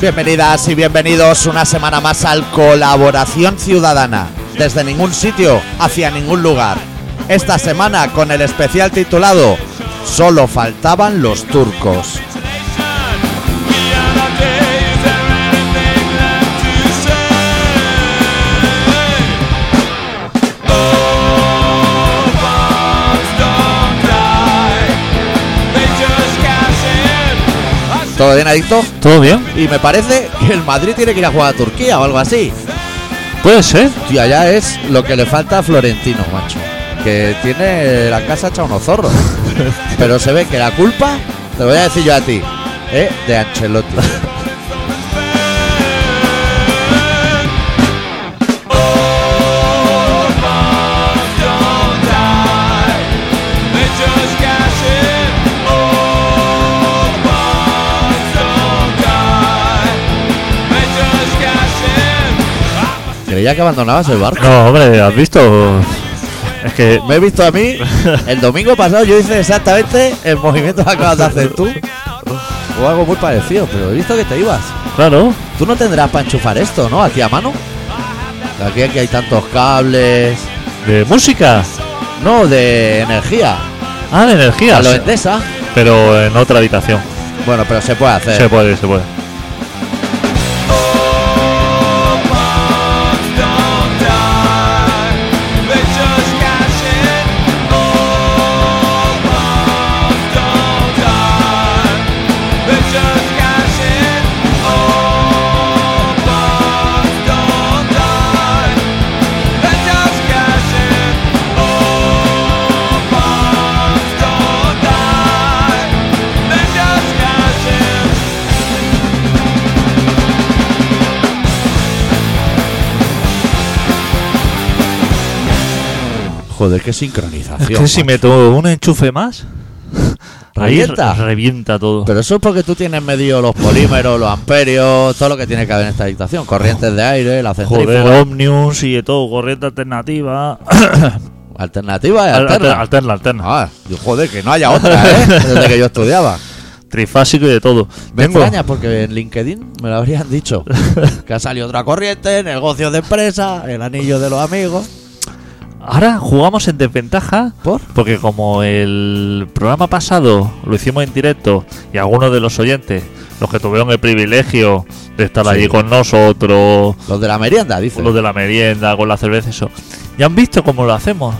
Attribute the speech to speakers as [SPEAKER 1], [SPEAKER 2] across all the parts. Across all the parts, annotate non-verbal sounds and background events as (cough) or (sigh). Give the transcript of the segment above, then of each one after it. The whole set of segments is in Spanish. [SPEAKER 1] Bienvenidas y bienvenidos una semana más al Colaboración Ciudadana, desde ningún sitio hacia ningún lugar. Esta semana con el especial titulado Solo faltaban los turcos. ¿Todo bien, Adicto?
[SPEAKER 2] ¿Todo bien?
[SPEAKER 1] Y me parece que el Madrid tiene que ir a jugar a Turquía o algo así.
[SPEAKER 2] Puede ser.
[SPEAKER 1] Tío, allá es lo que le falta a Florentino, macho. Que tiene la casa hecha unos
[SPEAKER 2] (laughs)
[SPEAKER 1] zorros. Pero se ve que la culpa, te voy a decir yo a ti, ¿eh? de Ancelotti.
[SPEAKER 3] Oh,
[SPEAKER 1] Creía que abandonabas el barco.
[SPEAKER 2] No, hombre, ¿has visto? Es que
[SPEAKER 1] Me he visto a mí, el domingo pasado yo hice exactamente el movimiento que acabas de hacer tú. O algo muy parecido, pero he visto que te ibas.
[SPEAKER 2] Claro.
[SPEAKER 1] Tú no tendrás para enchufar esto, ¿no? Aquí a mano. Aquí, aquí hay tantos cables.
[SPEAKER 2] ¿De música?
[SPEAKER 1] No, de energía.
[SPEAKER 2] Ah, de energía.
[SPEAKER 1] A lo Endesa.
[SPEAKER 2] Pero en otra habitación.
[SPEAKER 1] Bueno, pero se puede hacer.
[SPEAKER 2] Se puede, se puede.
[SPEAKER 1] Joder, qué sincronización.
[SPEAKER 2] Es que si
[SPEAKER 1] macho.
[SPEAKER 2] meto un enchufe más, ahí
[SPEAKER 1] ¿Revienta?
[SPEAKER 2] re- revienta todo.
[SPEAKER 1] Pero eso es porque tú tienes medido los polímeros, los amperios, todo lo que tiene que haber en esta habitación. Corrientes de aire, la
[SPEAKER 2] Joder,
[SPEAKER 1] centrífuga.
[SPEAKER 2] Omnius y de todo, corriente alternativa.
[SPEAKER 1] Alternativa y
[SPEAKER 2] alterna,
[SPEAKER 1] alterna.
[SPEAKER 2] alterna, alterna.
[SPEAKER 1] Ah, yo- joder, que no (laughs) haya otra, ¿eh? Desde que yo estudiaba.
[SPEAKER 2] Trifásico y de todo.
[SPEAKER 1] Me
[SPEAKER 2] Vengo.
[SPEAKER 1] extraña porque en LinkedIn me lo habrían (laughs) dicho. Que ha salido otra corriente, negocios de empresa, el anillo de los amigos.
[SPEAKER 2] Ahora jugamos en desventaja
[SPEAKER 1] ¿Por?
[SPEAKER 2] Porque como el programa pasado lo hicimos en directo y algunos de los oyentes, los que tuvieron el privilegio de estar
[SPEAKER 1] Sí.
[SPEAKER 2] allí con nosotros,
[SPEAKER 1] Los de la merienda, dice.
[SPEAKER 2] los de la merienda, con la cerveza, eso, ya han visto cómo lo hacemos.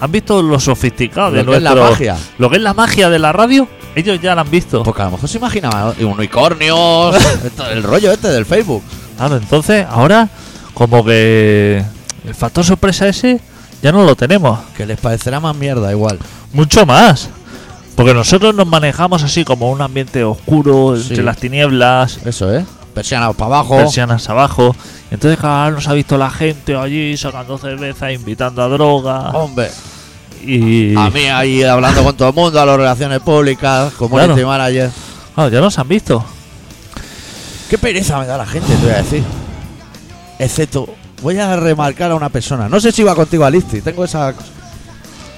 [SPEAKER 2] Han visto lo sofisticado de
[SPEAKER 1] Lo que es la
[SPEAKER 2] nuestro-
[SPEAKER 1] magia.
[SPEAKER 2] Lo que es la magia de la radio, ellos ya la han visto.
[SPEAKER 1] Porque a lo mejor se imaginaba ¿no? (laughs) unicornios, esto- el rollo este del Facebook.
[SPEAKER 2] Claro, entonces ahora como que el factor sorpresa ese ya no lo tenemos.
[SPEAKER 1] Que les parecerá más mierda igual.
[SPEAKER 2] Mucho más. Porque nosotros nos manejamos así como un ambiente oscuro,
[SPEAKER 1] Sí.
[SPEAKER 2] entre las tinieblas,
[SPEAKER 1] Eso, ¿eh? Persianas para abajo.
[SPEAKER 2] persianas abajo. Entonces, claro, nos ha visto la gente allí sacando cerveza, invitando a droga.
[SPEAKER 1] Hombre,
[SPEAKER 2] y.
[SPEAKER 1] a mí ahí hablando con todo el mundo, a las relaciones públicas, community
[SPEAKER 2] Claro.
[SPEAKER 1] manager.
[SPEAKER 2] Claro, ya nos han visto.
[SPEAKER 1] Qué pereza me da la gente, te voy a decir. Excepto, voy a remarcar a una persona. No sé si va contigo a Listi, tengo esa.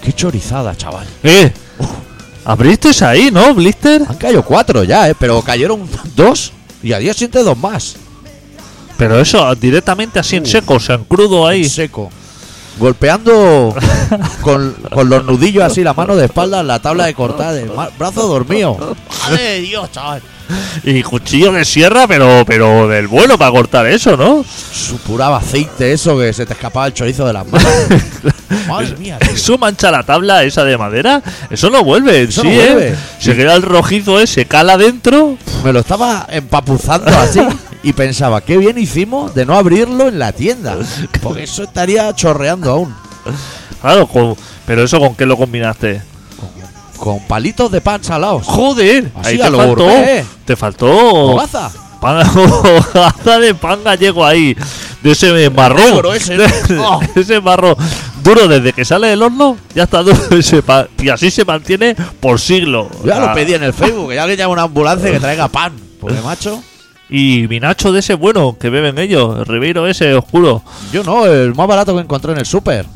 [SPEAKER 1] Qué chorizada, chaval.
[SPEAKER 2] ¿Eh? ¿Abriste ahí, no, Blister?
[SPEAKER 1] Han caído cuatro ya, ¿eh? Pero cayeron dos y a día siguiente dos más.
[SPEAKER 2] Pero eso directamente así en
[SPEAKER 1] Uh.
[SPEAKER 2] seco, o sea, en crudo
[SPEAKER 1] En
[SPEAKER 2] ahí.
[SPEAKER 1] Seco. Golpeando con, con los nudillos así, la mano de espalda en la tabla de cortar, el ma- brazo dormido. Madre de Dios, chaval.
[SPEAKER 2] Y cuchillo de sierra, pero, pero del bueno para cortar eso, ¿no?
[SPEAKER 1] Supuraba aceite eso que se te escapaba el chorizo de las (laughs) manos. Madre mía,
[SPEAKER 2] (coughs)
[SPEAKER 1] tío.
[SPEAKER 2] Eso mancha la tabla esa de madera. Eso no vuelve, en
[SPEAKER 1] Eso
[SPEAKER 2] sí,
[SPEAKER 1] no
[SPEAKER 2] ¿eh?
[SPEAKER 1] vuelve.
[SPEAKER 2] Se queda el rojizo, ¿eh? Se cala dentro.
[SPEAKER 1] Me lo estaba empapuzando así y pensaba, qué bien hicimos de no abrirlo en la tienda. Porque eso estaría chorreando aún.
[SPEAKER 2] Claro, con- pero eso con qué lo combinaste.
[SPEAKER 1] Con palitos de pan salados.
[SPEAKER 2] Joder,
[SPEAKER 1] Así
[SPEAKER 2] ahí
[SPEAKER 1] a
[SPEAKER 2] te Oh.
[SPEAKER 1] lo
[SPEAKER 2] faltó,
[SPEAKER 1] gourmet, ¿eh?
[SPEAKER 2] te faltó
[SPEAKER 1] Hogaza.
[SPEAKER 2] pan, (laughs) hogaza de pan gallego ahí, de ese marrón,
[SPEAKER 1] negro ese,
[SPEAKER 2] de,
[SPEAKER 1] ¿no? Oh.
[SPEAKER 2] de ese marrón duro desde que sale del horno, ya está duro ese pan y así se mantiene por siglo.
[SPEAKER 1] Ya
[SPEAKER 2] Ah,
[SPEAKER 1] lo pedí en el Facebook, que ya le llama una ambulancia que traiga pan. Porque macho,
[SPEAKER 2] Y vinacho de ese bueno que beben ellos, el Ribeiro ese oscuro.
[SPEAKER 1] yo no, el más barato que encontré en el súper.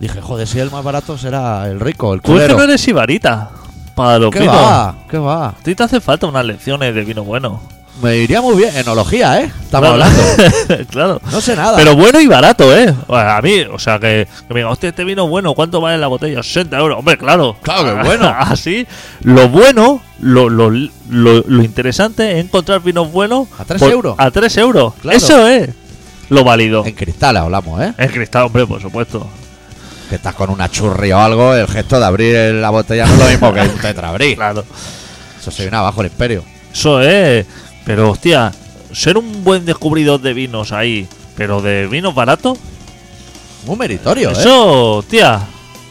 [SPEAKER 1] Dije, joder, si el más barato será el rico, el
[SPEAKER 2] Tú es que
[SPEAKER 1] culero.
[SPEAKER 2] no eres ibarita para los
[SPEAKER 1] ¿Qué
[SPEAKER 2] vinos.
[SPEAKER 1] va? ¿Qué va?
[SPEAKER 2] A ti te hace falta unas lecciones de vino bueno.
[SPEAKER 1] me iría muy bien. Enología, ¿eh? Estamos
[SPEAKER 2] Claro.
[SPEAKER 1] hablando.
[SPEAKER 2] (laughs) claro.
[SPEAKER 1] No sé nada.
[SPEAKER 2] Pero bueno y barato, ¿eh? Bueno, a mí, o sea, que, que me digan, hostia, este vino bueno, ¿cuánto vale la botella? 60 euros. Hombre, claro.
[SPEAKER 1] Claro
[SPEAKER 2] (laughs)
[SPEAKER 1] que es bueno.
[SPEAKER 2] Así, lo bueno, lo, lo, lo, lo interesante es encontrar vinos buenos.
[SPEAKER 1] A tres
[SPEAKER 2] por-
[SPEAKER 1] euros.
[SPEAKER 2] A 3 euros.
[SPEAKER 1] Claro.
[SPEAKER 2] Eso es lo válido.
[SPEAKER 1] En cristal hablamos, ¿eh?
[SPEAKER 2] El cristal, hombre, por supuesto.
[SPEAKER 1] Que estás con una churri o algo, el gesto de abrir la botella no es lo mismo que un
[SPEAKER 2] (laughs)
[SPEAKER 1] tetrabrí.
[SPEAKER 2] Claro.
[SPEAKER 1] Eso se viene abajo el imperio.
[SPEAKER 2] Eso es. Pero, hostia, ser un buen descubridor de vinos ahí, pero de vinos baratos,
[SPEAKER 1] Muy meritorio, ¿eh?
[SPEAKER 2] eso, hostia.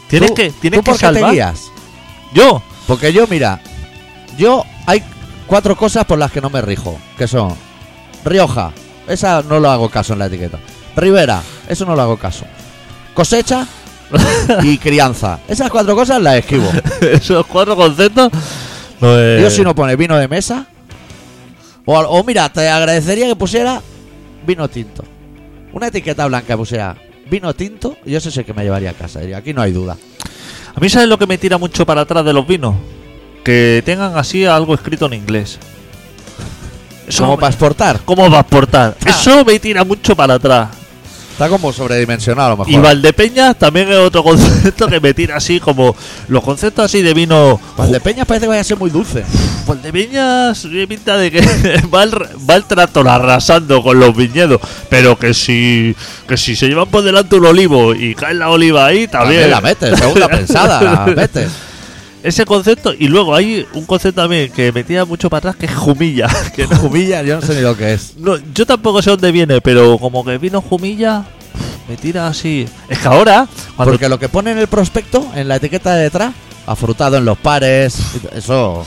[SPEAKER 2] Tienes
[SPEAKER 1] ¿Tú-
[SPEAKER 2] que, tienes
[SPEAKER 1] ¿tú por
[SPEAKER 2] que
[SPEAKER 1] qué
[SPEAKER 2] salvar.
[SPEAKER 1] te guías?
[SPEAKER 2] Yo, (laughs)
[SPEAKER 1] Porque yo, mira, yo hay cuatro cosas por las que no me rijo, que son Rioja, esa no lo hago caso en la etiqueta. Rivera, eso no lo hago caso.
[SPEAKER 2] (laughs)
[SPEAKER 1] Cosecha y crianza. Esas cuatro cosas las esquivo.
[SPEAKER 2] Esos cuatro conceptos. no eh, es-
[SPEAKER 1] Yo si no pone vino de mesa. O, al- o mira, te agradecería que pusiera vino tinto. Una etiqueta blanca que pusiera vino tinto, yo sé sé que me llevaría a casa. Diría, aquí no hay duda.
[SPEAKER 2] A mí, ¿sabes lo que me tira mucho para atrás de los vinos? Que tengan así algo escrito en inglés. Eso
[SPEAKER 1] Como
[SPEAKER 2] me-
[SPEAKER 1] para exportar.
[SPEAKER 2] ¿Cómo va a exportar?
[SPEAKER 1] Ah.
[SPEAKER 2] Eso me tira mucho para atrás.
[SPEAKER 1] Está como sobredimensionado a lo mejor.
[SPEAKER 2] Y Valdepeñas también es otro (laughs) concepto que me tira así, como los conceptos así de vino.
[SPEAKER 1] Valdepeñas parece que vaya a ser muy dulce.
[SPEAKER 2] Ju- Valdepeñas Pues tiene pinta de que (laughs) va el, r- va el tractor arrasando con los viñedos. Pero que si, que si se llevan por delante un olivo y cae la oliva ahí,
[SPEAKER 1] También
[SPEAKER 2] también.
[SPEAKER 1] la metes,
[SPEAKER 2] (laughs)
[SPEAKER 1] segunda pensada, la metes.
[SPEAKER 2] Ese concepto, y luego hay un concepto también que me tira mucho para atrás, que es jumilla. (laughs) Que no-
[SPEAKER 1] Jumilla, yo no sé ni lo que es.
[SPEAKER 2] no, yo tampoco sé dónde viene, pero como que vino jumilla, me tira así. Es que ahora, cuando
[SPEAKER 1] Porque lo que pone en el prospecto, en la etiqueta de detrás, afrutado en los pares, eso,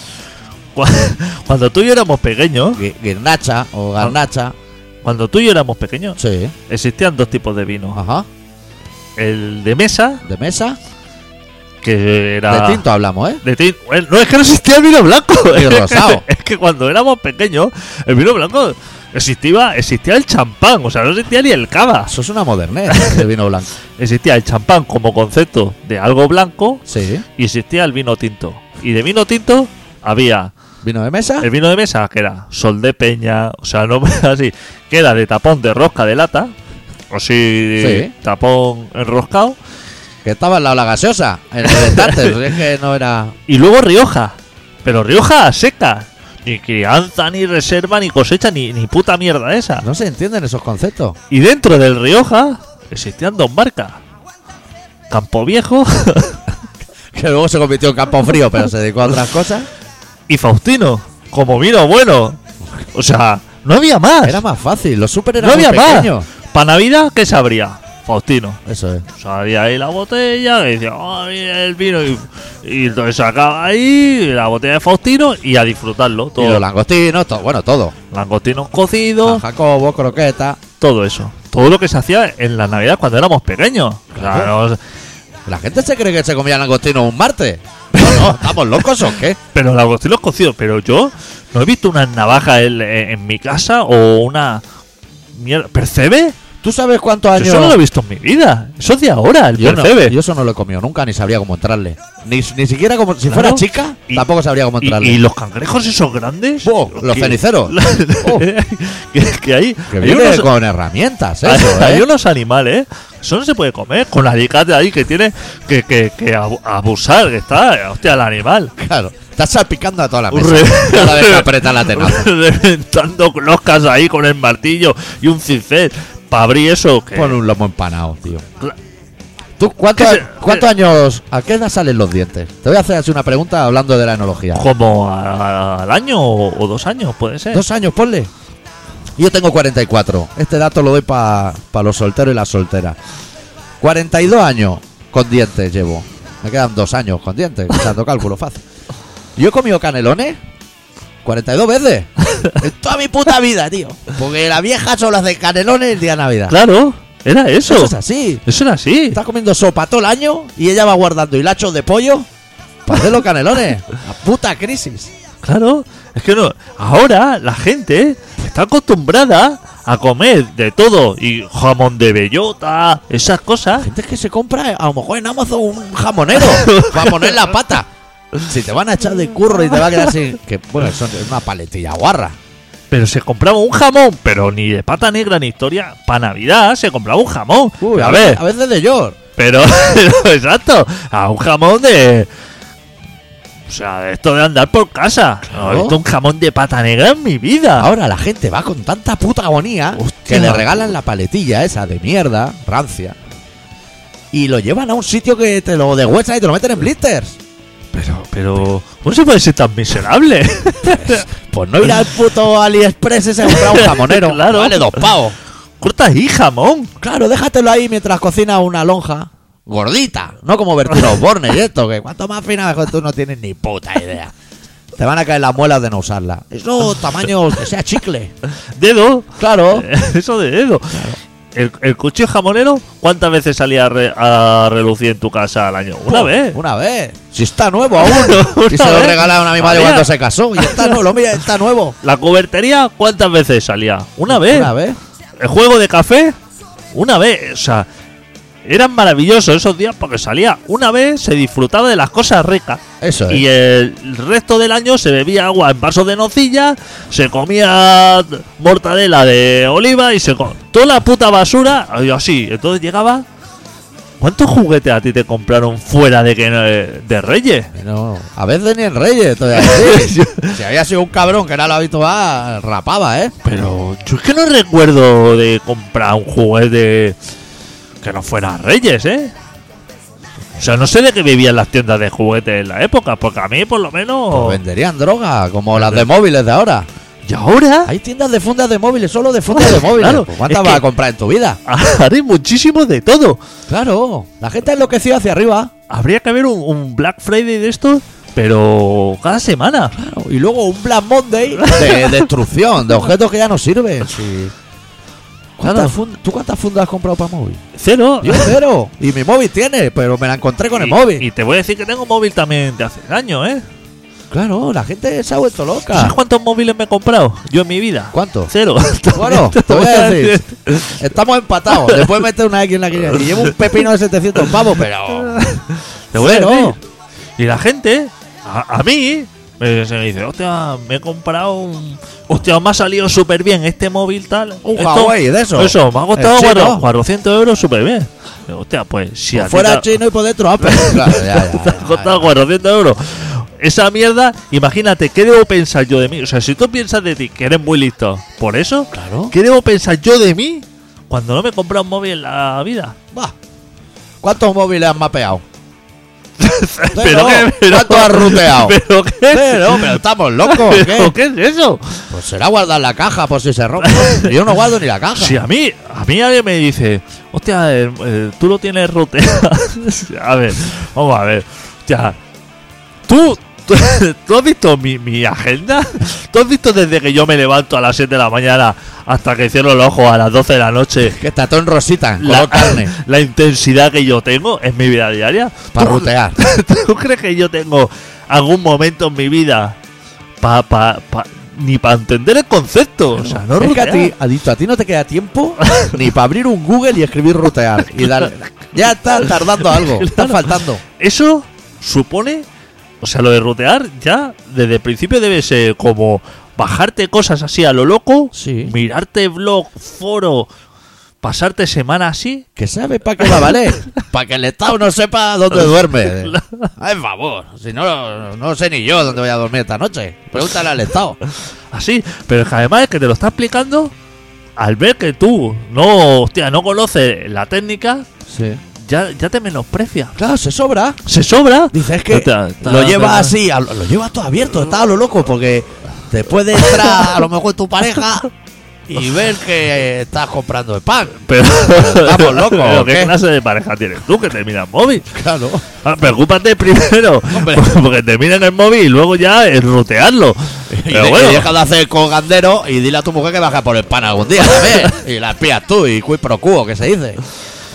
[SPEAKER 2] Cu- (laughs) Cuando tú y yo éramos pequeños,
[SPEAKER 1] gui- guirnacha o garnacha.
[SPEAKER 2] cuando tú y yo éramos pequeños,
[SPEAKER 1] Sí,
[SPEAKER 2] existían dos tipos de vino.
[SPEAKER 1] ajá.
[SPEAKER 2] El de mesa,
[SPEAKER 1] De mesa,
[SPEAKER 2] que era...
[SPEAKER 1] de tinto hablamos, ¿eh?
[SPEAKER 2] de tin- Bueno, No es que no existía el vino blanco.
[SPEAKER 1] (laughs) Y
[SPEAKER 2] es que-
[SPEAKER 1] rosado.
[SPEAKER 2] (laughs) es que cuando éramos pequeños, el vino blanco existía, existía el champán, o sea, no existía ni el cava.
[SPEAKER 1] Eso es una modernez de vino blanco.
[SPEAKER 2] Existía el champán como concepto de algo blanco
[SPEAKER 1] Sí,
[SPEAKER 2] y existía el vino tinto. Y de vino tinto había
[SPEAKER 1] vino de mesa,
[SPEAKER 2] El vino de mesa, que era sol de peña, o sea, no (laughs) así, que era de tapón de rosca de lata, o sí,
[SPEAKER 1] Sí.
[SPEAKER 2] tapón enroscado,
[SPEAKER 1] que estaba al lado de la gaseosa, en el estante, si es que no era...
[SPEAKER 2] y luego Rioja, pero Rioja seca, ni crianza, ni reserva, ni cosecha, ni, ni puta mierda esa.
[SPEAKER 1] No se entienden esos conceptos.
[SPEAKER 2] Y dentro del Rioja existían dos marcas, Campo Viejo (laughs)
[SPEAKER 1] Que luego se convirtió en campo frío, pero se dedicó a otras cosas.
[SPEAKER 2] y Faustino, como vino bueno, o sea, no había más,
[SPEAKER 1] Era más fácil, los super eran
[SPEAKER 2] no había
[SPEAKER 1] muy pequeños.
[SPEAKER 2] más. Para Navidad, ¿qué sabría? Faustino.
[SPEAKER 1] Eso es.
[SPEAKER 2] Salía ahí la botella, y decía, "Ah, mira el vino, y, y entonces sacaba ahí la botella de Faustino y a disfrutarlo.
[SPEAKER 1] Y
[SPEAKER 2] Todo,
[SPEAKER 1] los langostinos, to- bueno, todo.
[SPEAKER 2] langostinos cocidos,
[SPEAKER 1] San Jacobo, croqueta,
[SPEAKER 2] todo eso. Todo lo que se hacía en la Navidad cuando éramos pequeños. O sea, no-
[SPEAKER 1] La gente se cree que se comía langostinos un martes. No, no, ¿estamos locos o qué?
[SPEAKER 2] pero langostinos cocidos, pero yo no he visto una navaja en, en mi casa o una... Mierda, ¿Percebe?
[SPEAKER 1] ¿Tú sabes cuántos
[SPEAKER 2] Yo
[SPEAKER 1] años.?
[SPEAKER 2] Eso no lo he visto en mi vida. Eso es de ahora, el
[SPEAKER 1] yo, no-
[SPEAKER 2] percebe.
[SPEAKER 1] yo eso no lo he comido nunca, ni sabría cómo entrarle. Ni, ni siquiera como. Si
[SPEAKER 2] Claro.
[SPEAKER 1] fuera chica,
[SPEAKER 2] Y-
[SPEAKER 1] tampoco sabría cómo
[SPEAKER 2] Y,
[SPEAKER 1] entrarle.
[SPEAKER 2] y los cangrejos esos grandes.
[SPEAKER 1] Buah, los
[SPEAKER 2] (laughs)
[SPEAKER 1] ceniceros. Oh.
[SPEAKER 2] que, que hay,
[SPEAKER 1] que
[SPEAKER 2] hay
[SPEAKER 1] viene
[SPEAKER 2] unos,
[SPEAKER 1] con herramientas,
[SPEAKER 2] hay-
[SPEAKER 1] eso,
[SPEAKER 2] hay
[SPEAKER 1] ¿eh?
[SPEAKER 2] unos animales. Eso no se puede comer. Con alicate ahí que tiene que, que- que abu- abusar. Que está, hostia, el animal.
[SPEAKER 1] ¿eh? Claro. Estás salpicando a toda la
[SPEAKER 2] Un
[SPEAKER 1] mesa.
[SPEAKER 2] re-
[SPEAKER 1] Cada vez que aprietas la
[SPEAKER 2] (laughs)
[SPEAKER 1] tenaza.
[SPEAKER 2] Reventando loscas ahí con el martillo y un cincel. Para abrir eso. Que,
[SPEAKER 1] Pon un lomo empanado, tío.
[SPEAKER 2] Cla-
[SPEAKER 1] ¿Tú cuántos,
[SPEAKER 2] ¿Qué se-
[SPEAKER 1] cuántos años. ¿A qué edad salen los dientes? Te voy a hacer así una pregunta hablando de la enología.
[SPEAKER 2] como a- al año o, o dos años, puede
[SPEAKER 1] (laughs)
[SPEAKER 2] ser.
[SPEAKER 1] Dos años, ponle. Yo tengo 44. Este dato lo doy para los solteros y las solteras. 42 años con dientes llevo. Me quedan dos años con dientes, echando cálculo fácil. Yo he comido canelones 42 veces. En toda mi puta vida, tío. Porque la vieja solo hace canelones el día de Navidad.
[SPEAKER 2] Claro, era eso.
[SPEAKER 1] Eso es
[SPEAKER 2] Eso,
[SPEAKER 1] así.
[SPEAKER 2] era así.
[SPEAKER 1] Estás comiendo sopa todo el año y ella va guardando hilachos de pollo para hacer los canelones. La puta crisis.
[SPEAKER 2] Claro, es que no. Ahora la gente está acostumbrada a comer de todo y jamón de bellota, esas cosas.
[SPEAKER 1] Gente que se compra a lo mejor en Amazon un
[SPEAKER 2] (laughs)
[SPEAKER 1] jamonero para poner la pata. Si te van a echar de curro y te va a quedar así. Que bueno, son una paletilla guarra.
[SPEAKER 2] Pero se compraba un jamón, pero ni de pata negra ni historia. Para Navidad se compraba un jamón.
[SPEAKER 1] Uy,
[SPEAKER 2] a ver,
[SPEAKER 1] A veces de York.
[SPEAKER 2] pero, (laughs) pero, exacto, a un jamón de. O sea, esto de andar por casa. No he
[SPEAKER 1] Claro.
[SPEAKER 2] visto un jamón de pata negra en mi vida.
[SPEAKER 1] Ahora la gente va con tanta puta agonía
[SPEAKER 2] Hostia.
[SPEAKER 1] que le regalan la paletilla esa de mierda, rancia. Y lo llevan a un sitio que te lo degüezan y te lo meten en blisters.
[SPEAKER 2] Pero, pero, ¿cómo se puede ser tan (laughs) miserable?
[SPEAKER 1] Pues
[SPEAKER 2] (laughs)
[SPEAKER 1] no ir al puto AliExpress ese a comprar un jamonero.
[SPEAKER 2] Claro.
[SPEAKER 1] Vale dos pavos.
[SPEAKER 2] Corta ahí jamón.
[SPEAKER 1] Claro, déjatelo ahí mientras cocina una lonja. Gordita, no como Bertino Osborne y esto, que cuanto más fina mejor tú no tienes ni puta idea. Te van a caer las muelas de no usarla. Eso tamaño que sea chicle.
[SPEAKER 2] (laughs) Dedo.
[SPEAKER 1] Claro.
[SPEAKER 2] Eso de dedo. El, el cuchillo jamonero, ¿cuántas veces salía a, re- a relucir en tu casa al año? Una
[SPEAKER 1] Pum,
[SPEAKER 2] vez.
[SPEAKER 1] Una vez. Si está nuevo aún.
[SPEAKER 2] (laughs) Una
[SPEAKER 1] y se lo
[SPEAKER 2] vez.
[SPEAKER 1] regalaron a mi madre
[SPEAKER 2] Había-
[SPEAKER 1] cuando se casó. Y está nuevo, mira, está nuevo.
[SPEAKER 2] La cubertería, ¿cuántas veces salía? Una vez.
[SPEAKER 1] Una vez.
[SPEAKER 2] El juego de café, una vez. O sea, eran maravillosos esos días porque salía una vez, se disfrutaba de las cosas ricas.
[SPEAKER 1] Eso es.
[SPEAKER 2] Y el resto del año se bebía agua en vasos de nocilla, se comía mortadela de oliva y se co- toda la puta basura y así. Entonces llegaba. ¿Cuántos juguetes a ti te compraron fuera de que eh,
[SPEAKER 1] (laughs)
[SPEAKER 2] de Reyes?
[SPEAKER 1] No, a veces ni en Reyes todavía.
[SPEAKER 2] (laughs)
[SPEAKER 1] sí. si había sido un cabrón que no lo ha visto más, rapaba, ¿eh?
[SPEAKER 2] Pero yo es que no recuerdo de comprar un juguete que no fuera Reyes, ¿eh? O sea, no sé de qué vivían las tiendas de juguetes en la época, porque a mí por lo
[SPEAKER 1] Pues
[SPEAKER 2] menos...
[SPEAKER 1] venderían droga, como las de móviles de ahora.
[SPEAKER 2] ¿Y ahora? (laughs)
[SPEAKER 1] Hay tiendas de fundas de móviles, solo de fundas de móviles.
[SPEAKER 2] Claro,
[SPEAKER 1] Pues, ¿Cuántas
[SPEAKER 2] es
[SPEAKER 1] vas
[SPEAKER 2] que-
[SPEAKER 1] a comprar en tu vida?
[SPEAKER 2] Haré muchísimo de todo.
[SPEAKER 1] Claro, la gente ha enloquecido hacia arriba.
[SPEAKER 2] Habría que haber un, un Black Friday de estos, pero cada semana.
[SPEAKER 1] Y luego un Black
[SPEAKER 2] (laughs)
[SPEAKER 1] Monday de destrucción, de objetos que ya no sirven. Sí. ¿Cuántas
[SPEAKER 2] Claro.
[SPEAKER 1] fun- ¿Tú cuántas fundas has comprado para
[SPEAKER 2] (laughs)
[SPEAKER 1] móvil?
[SPEAKER 2] Cero.
[SPEAKER 1] Yo cero. Y mi móvil tiene, pero me la encontré con el
[SPEAKER 2] Y-
[SPEAKER 1] móvil.
[SPEAKER 2] Y te voy a decir que tengo móvil también de hace años, ¿eh?
[SPEAKER 1] claro, la gente se ha vuelto loca.
[SPEAKER 2] ¿Sabes (laughs) cuántos móviles me he comprado yo en mi vida?
[SPEAKER 1] ¿Cuánto?
[SPEAKER 2] Cero.
[SPEAKER 1] Ah.
[SPEAKER 2] (laughs)
[SPEAKER 1] Bueno,
[SPEAKER 2] Te
[SPEAKER 1] te voy a
[SPEAKER 2] (laughs)
[SPEAKER 1] decir.
[SPEAKER 2] decir.
[SPEAKER 1] Estamos empatados. Le puedes meter una X en la quilla. Y llevo un pepino de 700 pavos,
[SPEAKER 2] (laughs)
[SPEAKER 1] pero.
[SPEAKER 2] Te voy a
[SPEAKER 1] Cero.
[SPEAKER 2] decir. Y la gente, a, a mí, me- se me dice, hostia, me he comprado un. Hostia, me ha salido súper bien este móvil tal.
[SPEAKER 1] Un
[SPEAKER 2] Esto-
[SPEAKER 1] Huawei Eh, de eso.
[SPEAKER 2] Eso, me ha costado
[SPEAKER 1] El chino.
[SPEAKER 2] cuatro- 400 euros súper bien. Digo, Hostia, pues si a ti
[SPEAKER 1] Fuera
[SPEAKER 2] te-
[SPEAKER 1] chino y por dentro
[SPEAKER 2] (laughs)
[SPEAKER 1] Apple. Claro, ya, ya,
[SPEAKER 2] te ha
[SPEAKER 1] ya,
[SPEAKER 2] costado 400 euros. Esa mierda, imagínate, ¿qué debo pensar yo de mí? O sea, si tú piensas de ti que eres muy listo por eso,
[SPEAKER 1] Claro.
[SPEAKER 2] ¿qué debo pensar yo de mí cuando no me he comprado un móvil en la vida?
[SPEAKER 1] Va. ¿Cuántos móviles has
[SPEAKER 2] (laughs)
[SPEAKER 1] mapeado?
[SPEAKER 2] pero, qué- pero-
[SPEAKER 1] ¿Cuántos has ruteado?
[SPEAKER 2] ¿Pero qué?
[SPEAKER 1] Pero, pero estamos
[SPEAKER 2] (laughs)
[SPEAKER 1] locos. ¿o
[SPEAKER 2] ¿Pero
[SPEAKER 1] ¿qué?
[SPEAKER 2] qué es eso?
[SPEAKER 1] Pues será guardar la caja por si se rompe. Yo no guardo ni la caja.
[SPEAKER 2] Si a mí, a mí alguien me dice, hostia, eh, eh, tú lo tienes roteado. (laughs) a ver, vamos a ver. Ya, tú, tú, (laughs) tú has visto mi, mi agenda. Tú has visto desde que yo me levanto a las 7 de la mañana hasta que cierro los ojos a las 12 de la noche.
[SPEAKER 1] Que está todo en rosita, en
[SPEAKER 2] La,
[SPEAKER 1] color
[SPEAKER 2] (laughs)
[SPEAKER 1] carne.
[SPEAKER 2] la intensidad que yo tengo en mi vida diaria.
[SPEAKER 1] Para
[SPEAKER 2] ¿Tú-
[SPEAKER 1] rutear.
[SPEAKER 2] (laughs) ¿Tú crees que yo tengo algún momento en mi vida pa, pa, pa- ni para entender el concepto? O sea, no
[SPEAKER 1] es que a
[SPEAKER 2] rutear.
[SPEAKER 1] ti, adicto, a ti no te queda tiempo ni para abrir un Google y escribir rutear. Y darle.
[SPEAKER 2] (laughs)
[SPEAKER 1] Ya está tardando algo. Está
[SPEAKER 2] Claro.
[SPEAKER 1] faltando.
[SPEAKER 2] Eso supone, o sea, lo de rutear ya desde el principio debe ser como bajarte cosas así a lo loco,
[SPEAKER 1] Sí.
[SPEAKER 2] mirarte blog, foro, pasarte semana así.
[SPEAKER 1] Que sabe para qué va a valer. (laughs) Para que el Estado no sepa dónde duerme. (laughs) Ay, favor. Si no, no sé ni yo dónde voy a dormir esta noche. Pregúntale al Estado.
[SPEAKER 2] así. Pero es que además es que te lo está explicando al ver que tú no, hostia, no conoces la técnica,
[SPEAKER 1] Sí.
[SPEAKER 2] ya, ya te menosprecia.
[SPEAKER 1] Claro, se sobra.
[SPEAKER 2] Se sobra.
[SPEAKER 1] Dices que
[SPEAKER 2] Ta- ta-
[SPEAKER 1] lo lleva
[SPEAKER 2] ta-
[SPEAKER 1] así, a lo lo lleva todo abierto, está a lo loco, porque te puede entrar a lo mejor tu pareja y ver que estás comprando el pan.
[SPEAKER 2] Pero
[SPEAKER 1] estamos locos,
[SPEAKER 2] (laughs) pero
[SPEAKER 1] ¿o
[SPEAKER 2] ¿Qué,
[SPEAKER 1] qué?
[SPEAKER 2] clase de pareja tienes tú que te mira el móvil?
[SPEAKER 1] Claro.
[SPEAKER 2] Ah, preocúpate primero,
[SPEAKER 1] (laughs) Hombre.
[SPEAKER 2] (laughs) porque te miran el móvil y luego ya el rutearlo.
[SPEAKER 1] (laughs) Y,
[SPEAKER 2] Pero
[SPEAKER 1] de-
[SPEAKER 2] bueno,
[SPEAKER 1] y deja de hacer cogandero y dile a tu mujer que baja por el pan algún día
[SPEAKER 2] (laughs)
[SPEAKER 1] también. y la espías tú y cui pro quo, que se dice.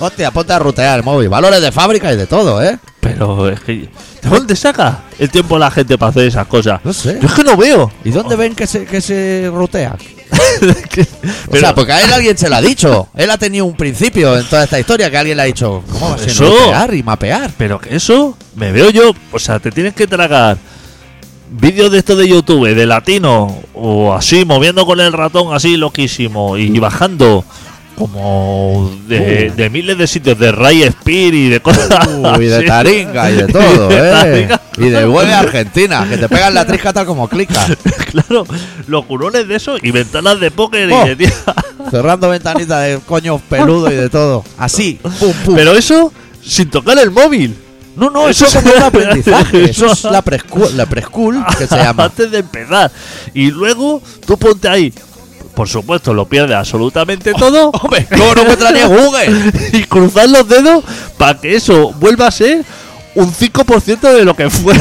[SPEAKER 1] Hostia, ponte a rutear el móvil. Valores de fábrica y de todo, ¿eh?
[SPEAKER 2] pero es que. ¿De dónde saca el tiempo la gente para hacer esas cosas?
[SPEAKER 1] No sé.
[SPEAKER 2] Yo es que no veo. (laughs)
[SPEAKER 1] ¿Y dónde ven que se, que se rutea?
[SPEAKER 2] Que-
[SPEAKER 1] O
[SPEAKER 2] pero-
[SPEAKER 1] sea, pues- porque a él alguien se lo ha dicho. Él ha tenido un principio en toda esta historia que alguien le ha dicho, ¿cómo vas a
[SPEAKER 2] Eso.
[SPEAKER 1] rutear y mapear?
[SPEAKER 2] Pero que eso me veo yo. O sea, te tienes que tragar vídeos de esto de YouTube, de latino, o así, moviendo con el ratón así loquísimo y bajando como de,
[SPEAKER 1] Uh.
[SPEAKER 2] de miles de sitios, de Ray Spear y de cosas.
[SPEAKER 1] Uh, y de
[SPEAKER 2] (laughs) así.
[SPEAKER 1] taringa y de
[SPEAKER 2] Y
[SPEAKER 1] todo,
[SPEAKER 2] de
[SPEAKER 1] ¿eh?
[SPEAKER 2] taringa.
[SPEAKER 1] Y de vuelve a Argentina, que te pegan la trisca tal como clica.
[SPEAKER 2] (laughs) Claro, los curones de eso y ventanas de póker
[SPEAKER 1] Oh.
[SPEAKER 2] y de tía.
[SPEAKER 1] Cerrando ventanitas de coño peludo y de todo. Así, pum, pum.
[SPEAKER 2] Pero eso sin tocar el móvil. No, no,
[SPEAKER 1] eso es como un aprendizaje. Eso es
[SPEAKER 2] eso-
[SPEAKER 1] la preschool, la preschool que se llama.
[SPEAKER 2] (laughs) Antes de empezar. Y luego tú ponte ahí. Por supuesto, lo pierdes absolutamente todo.
[SPEAKER 1] Oh, Hombre, ¿cómo no encuentra ni en Google?
[SPEAKER 2] (laughs) y cruzar los dedos para que eso vuelva a ser un 5% de lo que fue (laughs)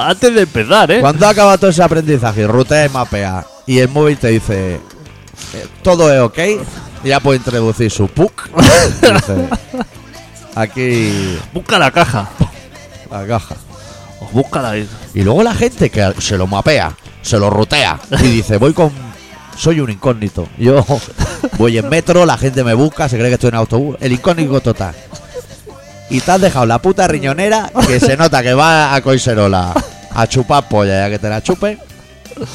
[SPEAKER 2] antes de empezar, ¿eh?
[SPEAKER 1] Cuando acaba todo ese aprendizaje, ruta es mapea y el móvil te dice eh, todo es ok, y ya puede introducir su PUC. (laughs) Y dice, aquí
[SPEAKER 2] Busca la caja.
[SPEAKER 1] la caja.
[SPEAKER 2] O búscala ahí.
[SPEAKER 1] Y luego la gente que se lo mapea, se lo rutea y dice, voy con... Soy un incógnito. Yo voy en metro, la gente me busca, se cree que estoy en autobús. El incógnito total. Y te has dejado la puta riñonera que se nota que va a Coiserola a chupar polla ya que te la chupen.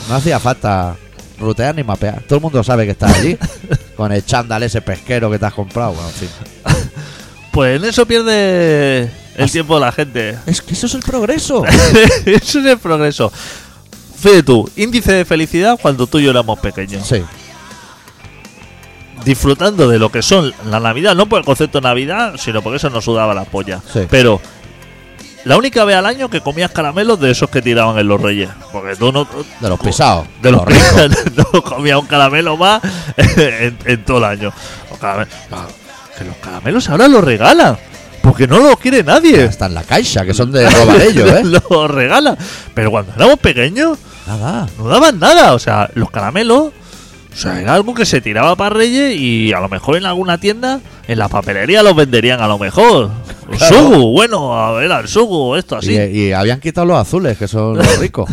[SPEAKER 1] No hacía falta rutear ni mapear. Todo el mundo sabe que estás allí. Con el chándal ese pesquero que te has comprado. Bueno, en fin.
[SPEAKER 2] Pues en eso pierde el tiempo la gente.
[SPEAKER 1] Es que eso es el progreso.
[SPEAKER 2] eso (laughs) es el progreso. Fíjate tú, índice de felicidad cuando tú y yo éramos pequeños.
[SPEAKER 1] Sí.
[SPEAKER 2] disfrutando de lo que son la Navidad, no por el concepto de Navidad, sino porque eso nos sudaba la polla.
[SPEAKER 1] Sí.
[SPEAKER 2] Pero la única vez al año que comías caramelos de esos que tiraban en los Reyes. Porque tú no.
[SPEAKER 1] De los pisados.
[SPEAKER 2] De los
[SPEAKER 1] ricos. (laughs)
[SPEAKER 2] Reyes (laughs) no comías un caramelo más (laughs) en, en todo el año. Los carame- no, que los caramelos ahora los regalan. Porque no los quiere nadie.
[SPEAKER 1] Está en la caixa, que son de robar
[SPEAKER 2] (laughs)
[SPEAKER 1] ellos, ¿eh?
[SPEAKER 2] los regalan. Pero cuando éramos pequeños,
[SPEAKER 1] Nada.
[SPEAKER 2] no daban nada. O sea, los caramelos. O sea, era algo que se tiraba para Reyes y a lo mejor en alguna tienda, en la papelería los venderían a lo mejor. El
[SPEAKER 1] Claro.
[SPEAKER 2] Sugu, bueno, a ver, el Sugu, esto así.
[SPEAKER 1] Y, y habían quitado los azules, que son
[SPEAKER 2] (laughs)
[SPEAKER 1] los ricos.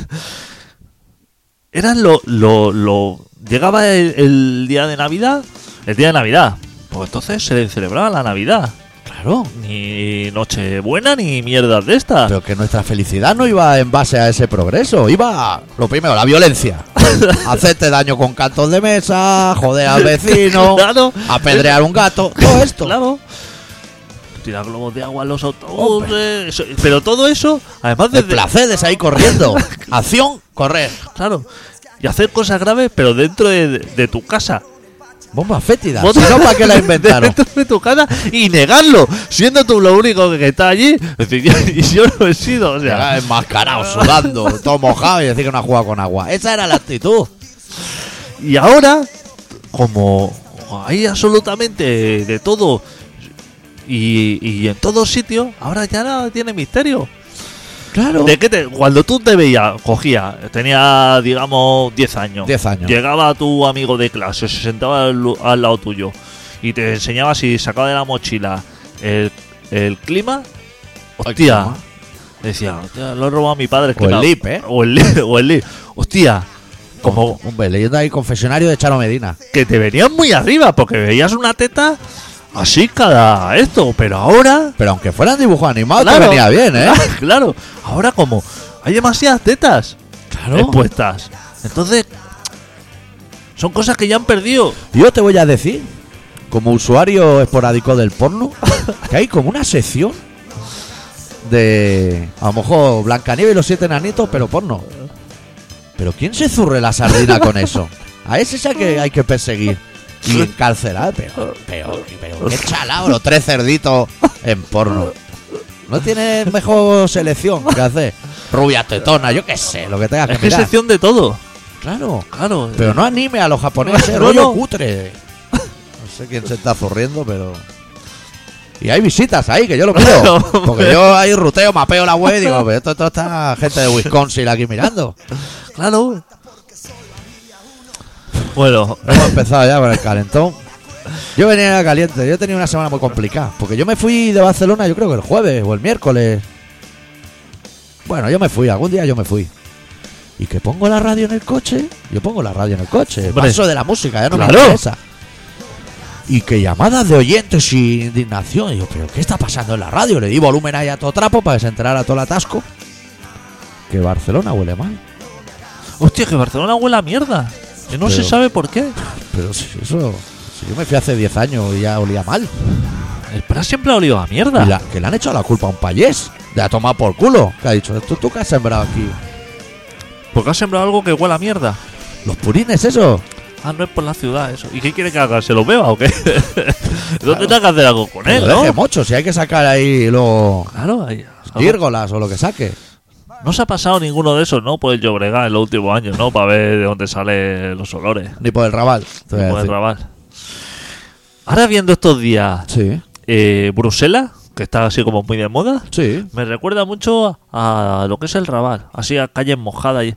[SPEAKER 2] Eran lo, lo, lo- Llegaba el, el día de Navidad, el día de Navidad. Pues entonces se le celebraba la Navidad. Claro, ni Nochebuena ni mierdas de estas.
[SPEAKER 1] Pero que nuestra felicidad no iba en base a ese progreso, iba a, lo primero, la
[SPEAKER 2] (laughs)
[SPEAKER 1] violencia. Hacerte daño con cantos de mesa, joder al vecino,
[SPEAKER 2] (laughs) Claro.
[SPEAKER 1] apedrear un gato, todo esto.
[SPEAKER 2] Claro. Tirar globos de agua en los autobuses. eso- pero todo eso, además
[SPEAKER 1] El
[SPEAKER 2] desde.
[SPEAKER 1] placer de salir corriendo. Acción, correr.
[SPEAKER 2] Claro. Y hacer cosas graves, pero dentro de, de tu casa.
[SPEAKER 1] Bomba fétida.
[SPEAKER 2] Vos-
[SPEAKER 1] Si no, ¿para qué
[SPEAKER 2] (laughs)
[SPEAKER 1] la inventaron?
[SPEAKER 2] Dentro (laughs) de tu casa y negarlo, siendo tú lo único que está allí. Es decir, yo- y yo (laughs) no he sido. O sea,
[SPEAKER 1] Llegar Enmascarado, sudando, todo mojado y decir que no ha jugado con agua. Esa era la actitud.
[SPEAKER 2] y ahora, como hay absolutamente de todo y, y en todos sitios, ahora ya nada tiene misterio.
[SPEAKER 1] Claro.
[SPEAKER 2] ¿De qué te- cuando tú te veías, cogía, tenía, digamos, 10 años.
[SPEAKER 1] 10 años.
[SPEAKER 2] Llegaba tu amigo de clase, se sentaba al, lu- al lado tuyo y te enseñaba si sacaba de la mochila el, el clima. Hostia,
[SPEAKER 1] clima.
[SPEAKER 2] decía, "Hostia, lo he robado a mi padre.
[SPEAKER 1] O
[SPEAKER 2] que
[SPEAKER 1] el
[SPEAKER 2] me ha-
[SPEAKER 1] lip, ¿eh?
[SPEAKER 2] O el lip, (laughs) o el lip. Hostia, como
[SPEAKER 1] Hombre, leyendo ahí confesionario de Charo Medina.
[SPEAKER 2] que te venías muy arriba porque veías una teta así cada esto, pero ahora.
[SPEAKER 1] Pero aunque fueran dibujos animados, Ah, te
[SPEAKER 2] Claro.
[SPEAKER 1] venía bien, ¿eh?
[SPEAKER 2] (laughs) claro, ahora como hay demasiadas tetas
[SPEAKER 1] Claro.
[SPEAKER 2] expuestas. Entonces, son cosas que ya han perdido.
[SPEAKER 1] Yo te voy a decir, como usuario esporádico del porno, que hay como una sección de a lo mejor Blancanieves y los siete enanitos, pero porno. Pero ¿quién se zurre la sardina con eso? A ese es al que hay que perseguir y encarcelar, pero, pero, pero qué chalao, los tres cerditos en porno. No tienes mejor selección que hacer. Rubia tetona, yo qué sé, lo que tengas
[SPEAKER 2] Es
[SPEAKER 1] que
[SPEAKER 2] que es
[SPEAKER 1] mirar.
[SPEAKER 2] sección de todo.
[SPEAKER 1] Claro.
[SPEAKER 2] Claro.
[SPEAKER 1] Pero no anime a los japoneses,
[SPEAKER 2] No,
[SPEAKER 1] rollo
[SPEAKER 2] no.
[SPEAKER 1] cutre. (laughs) No sé quién se está zurriendo, pero. Y hay visitas ahí, que yo lo veo.
[SPEAKER 2] No,
[SPEAKER 1] porque
[SPEAKER 2] hombre.
[SPEAKER 1] yo ahí ruteo, mapeo la web y (laughs) digo, pero esto, esto está gente de Wisconsin aquí mirando.
[SPEAKER 2] Claro. Bueno,
[SPEAKER 1] Hemos empezado ya con el calentón. Yo venía caliente, yo tenía una semana muy complicada. Porque yo me fui de Barcelona, yo creo que el jueves o el miércoles. Bueno, yo me fui, algún día yo me fui. Y que pongo la radio en el coche, yo pongo la radio en el coche.
[SPEAKER 2] Hombre.
[SPEAKER 1] Paso de la música, ya no me
[SPEAKER 2] Claro.
[SPEAKER 1] interesa. Y que llamadas de oyentes y indignación. Digo, ¿pero qué está pasando en la radio? Le di volumen ahí a todo trapo para que se enterara todo el atasco. que Barcelona huele mal.
[SPEAKER 2] Hostia, que Barcelona huele a mierda. Que no se
[SPEAKER 1] Pero-
[SPEAKER 2] sabe por qué.
[SPEAKER 1] Pero si eso. Si yo me fui hace 10 años y ya olía mal.
[SPEAKER 2] El Prat siempre ha olido a mierda.
[SPEAKER 1] Y la- que le han hecho la culpa a un payés. Le ha tomado por culo. Que ha dicho, esto tú que has sembrado aquí.
[SPEAKER 2] Porque ha sembrado algo que huele a mierda.
[SPEAKER 1] Los purines, eso.
[SPEAKER 2] Ah, no es por la ciudad eso. ¿Y qué quiere que haga? ¿Se lo beba o qué? (laughs) ¿Dónde
[SPEAKER 1] Claro.
[SPEAKER 2] tenga que hacer algo con
[SPEAKER 1] Que
[SPEAKER 2] él,
[SPEAKER 1] lo
[SPEAKER 2] no?
[SPEAKER 1] deje mocho, si hay que sacar ahí los
[SPEAKER 2] Claro, ahí-
[SPEAKER 1] gírgolas o lo que saque.
[SPEAKER 2] no se ha pasado ninguno de esos, ¿no? Por el Llobregat en los últimos años, ¿no? Para ver de dónde salen los olores.
[SPEAKER 1] Ni por el rabal. te voy a
[SPEAKER 2] Por el
[SPEAKER 1] decir.
[SPEAKER 2] Raval. Ahora viendo estos días
[SPEAKER 1] Sí,
[SPEAKER 2] eh, Bruselas, que está así como muy de moda,
[SPEAKER 1] sí.
[SPEAKER 2] me recuerda mucho a lo que es el Raval, así a calles mojadas. y-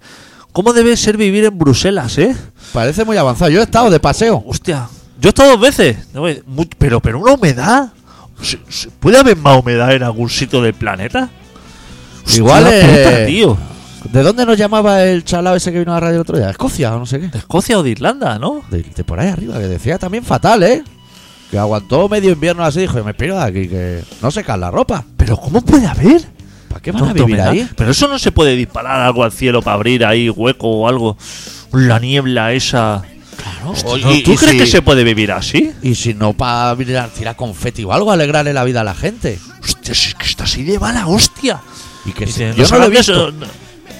[SPEAKER 2] ¿Cómo debe ser vivir en Bruselas, eh?
[SPEAKER 1] Parece muy avanzado. Yo he estado de paseo.
[SPEAKER 2] Hostia, yo he estado dos veces, no, eh, mu- pero, pero una humedad. ¿Se- se ¿Puede haber más humedad en algún sitio del planeta? Hostia,
[SPEAKER 1] Igual,
[SPEAKER 2] puta,
[SPEAKER 1] eh,
[SPEAKER 2] tío.
[SPEAKER 1] ¿De dónde nos llamaba el chalao ese que vino a la radio el otro día? ¿De Escocia o no sé qué?
[SPEAKER 2] De Escocia o de Irlanda, ¿no?
[SPEAKER 1] De, de por ahí arriba, que decía también fatal, ¿eh? Que aguantó medio invierno así. Dijo, me piro de aquí, que no secan la ropa.
[SPEAKER 2] Pero ¿cómo puede haber?
[SPEAKER 1] ¿Para qué van a
[SPEAKER 2] tanta
[SPEAKER 1] vivir
[SPEAKER 2] humedad?
[SPEAKER 1] ahí?
[SPEAKER 2] Pero eso no se puede disparar algo al cielo para abrir ahí hueco o algo. La niebla esa. Claro.
[SPEAKER 1] y-
[SPEAKER 2] ¿Tú
[SPEAKER 1] y
[SPEAKER 2] crees
[SPEAKER 1] si-
[SPEAKER 2] que se puede vivir así?
[SPEAKER 1] Y si no, para tirar confeti o algo, alegrarle la vida a la gente.
[SPEAKER 2] Hostia, si es que está así de mala hostia.
[SPEAKER 1] Y que
[SPEAKER 2] Dice,
[SPEAKER 1] si- yo no lo he
[SPEAKER 2] hagas
[SPEAKER 1] visto.
[SPEAKER 2] eso, no.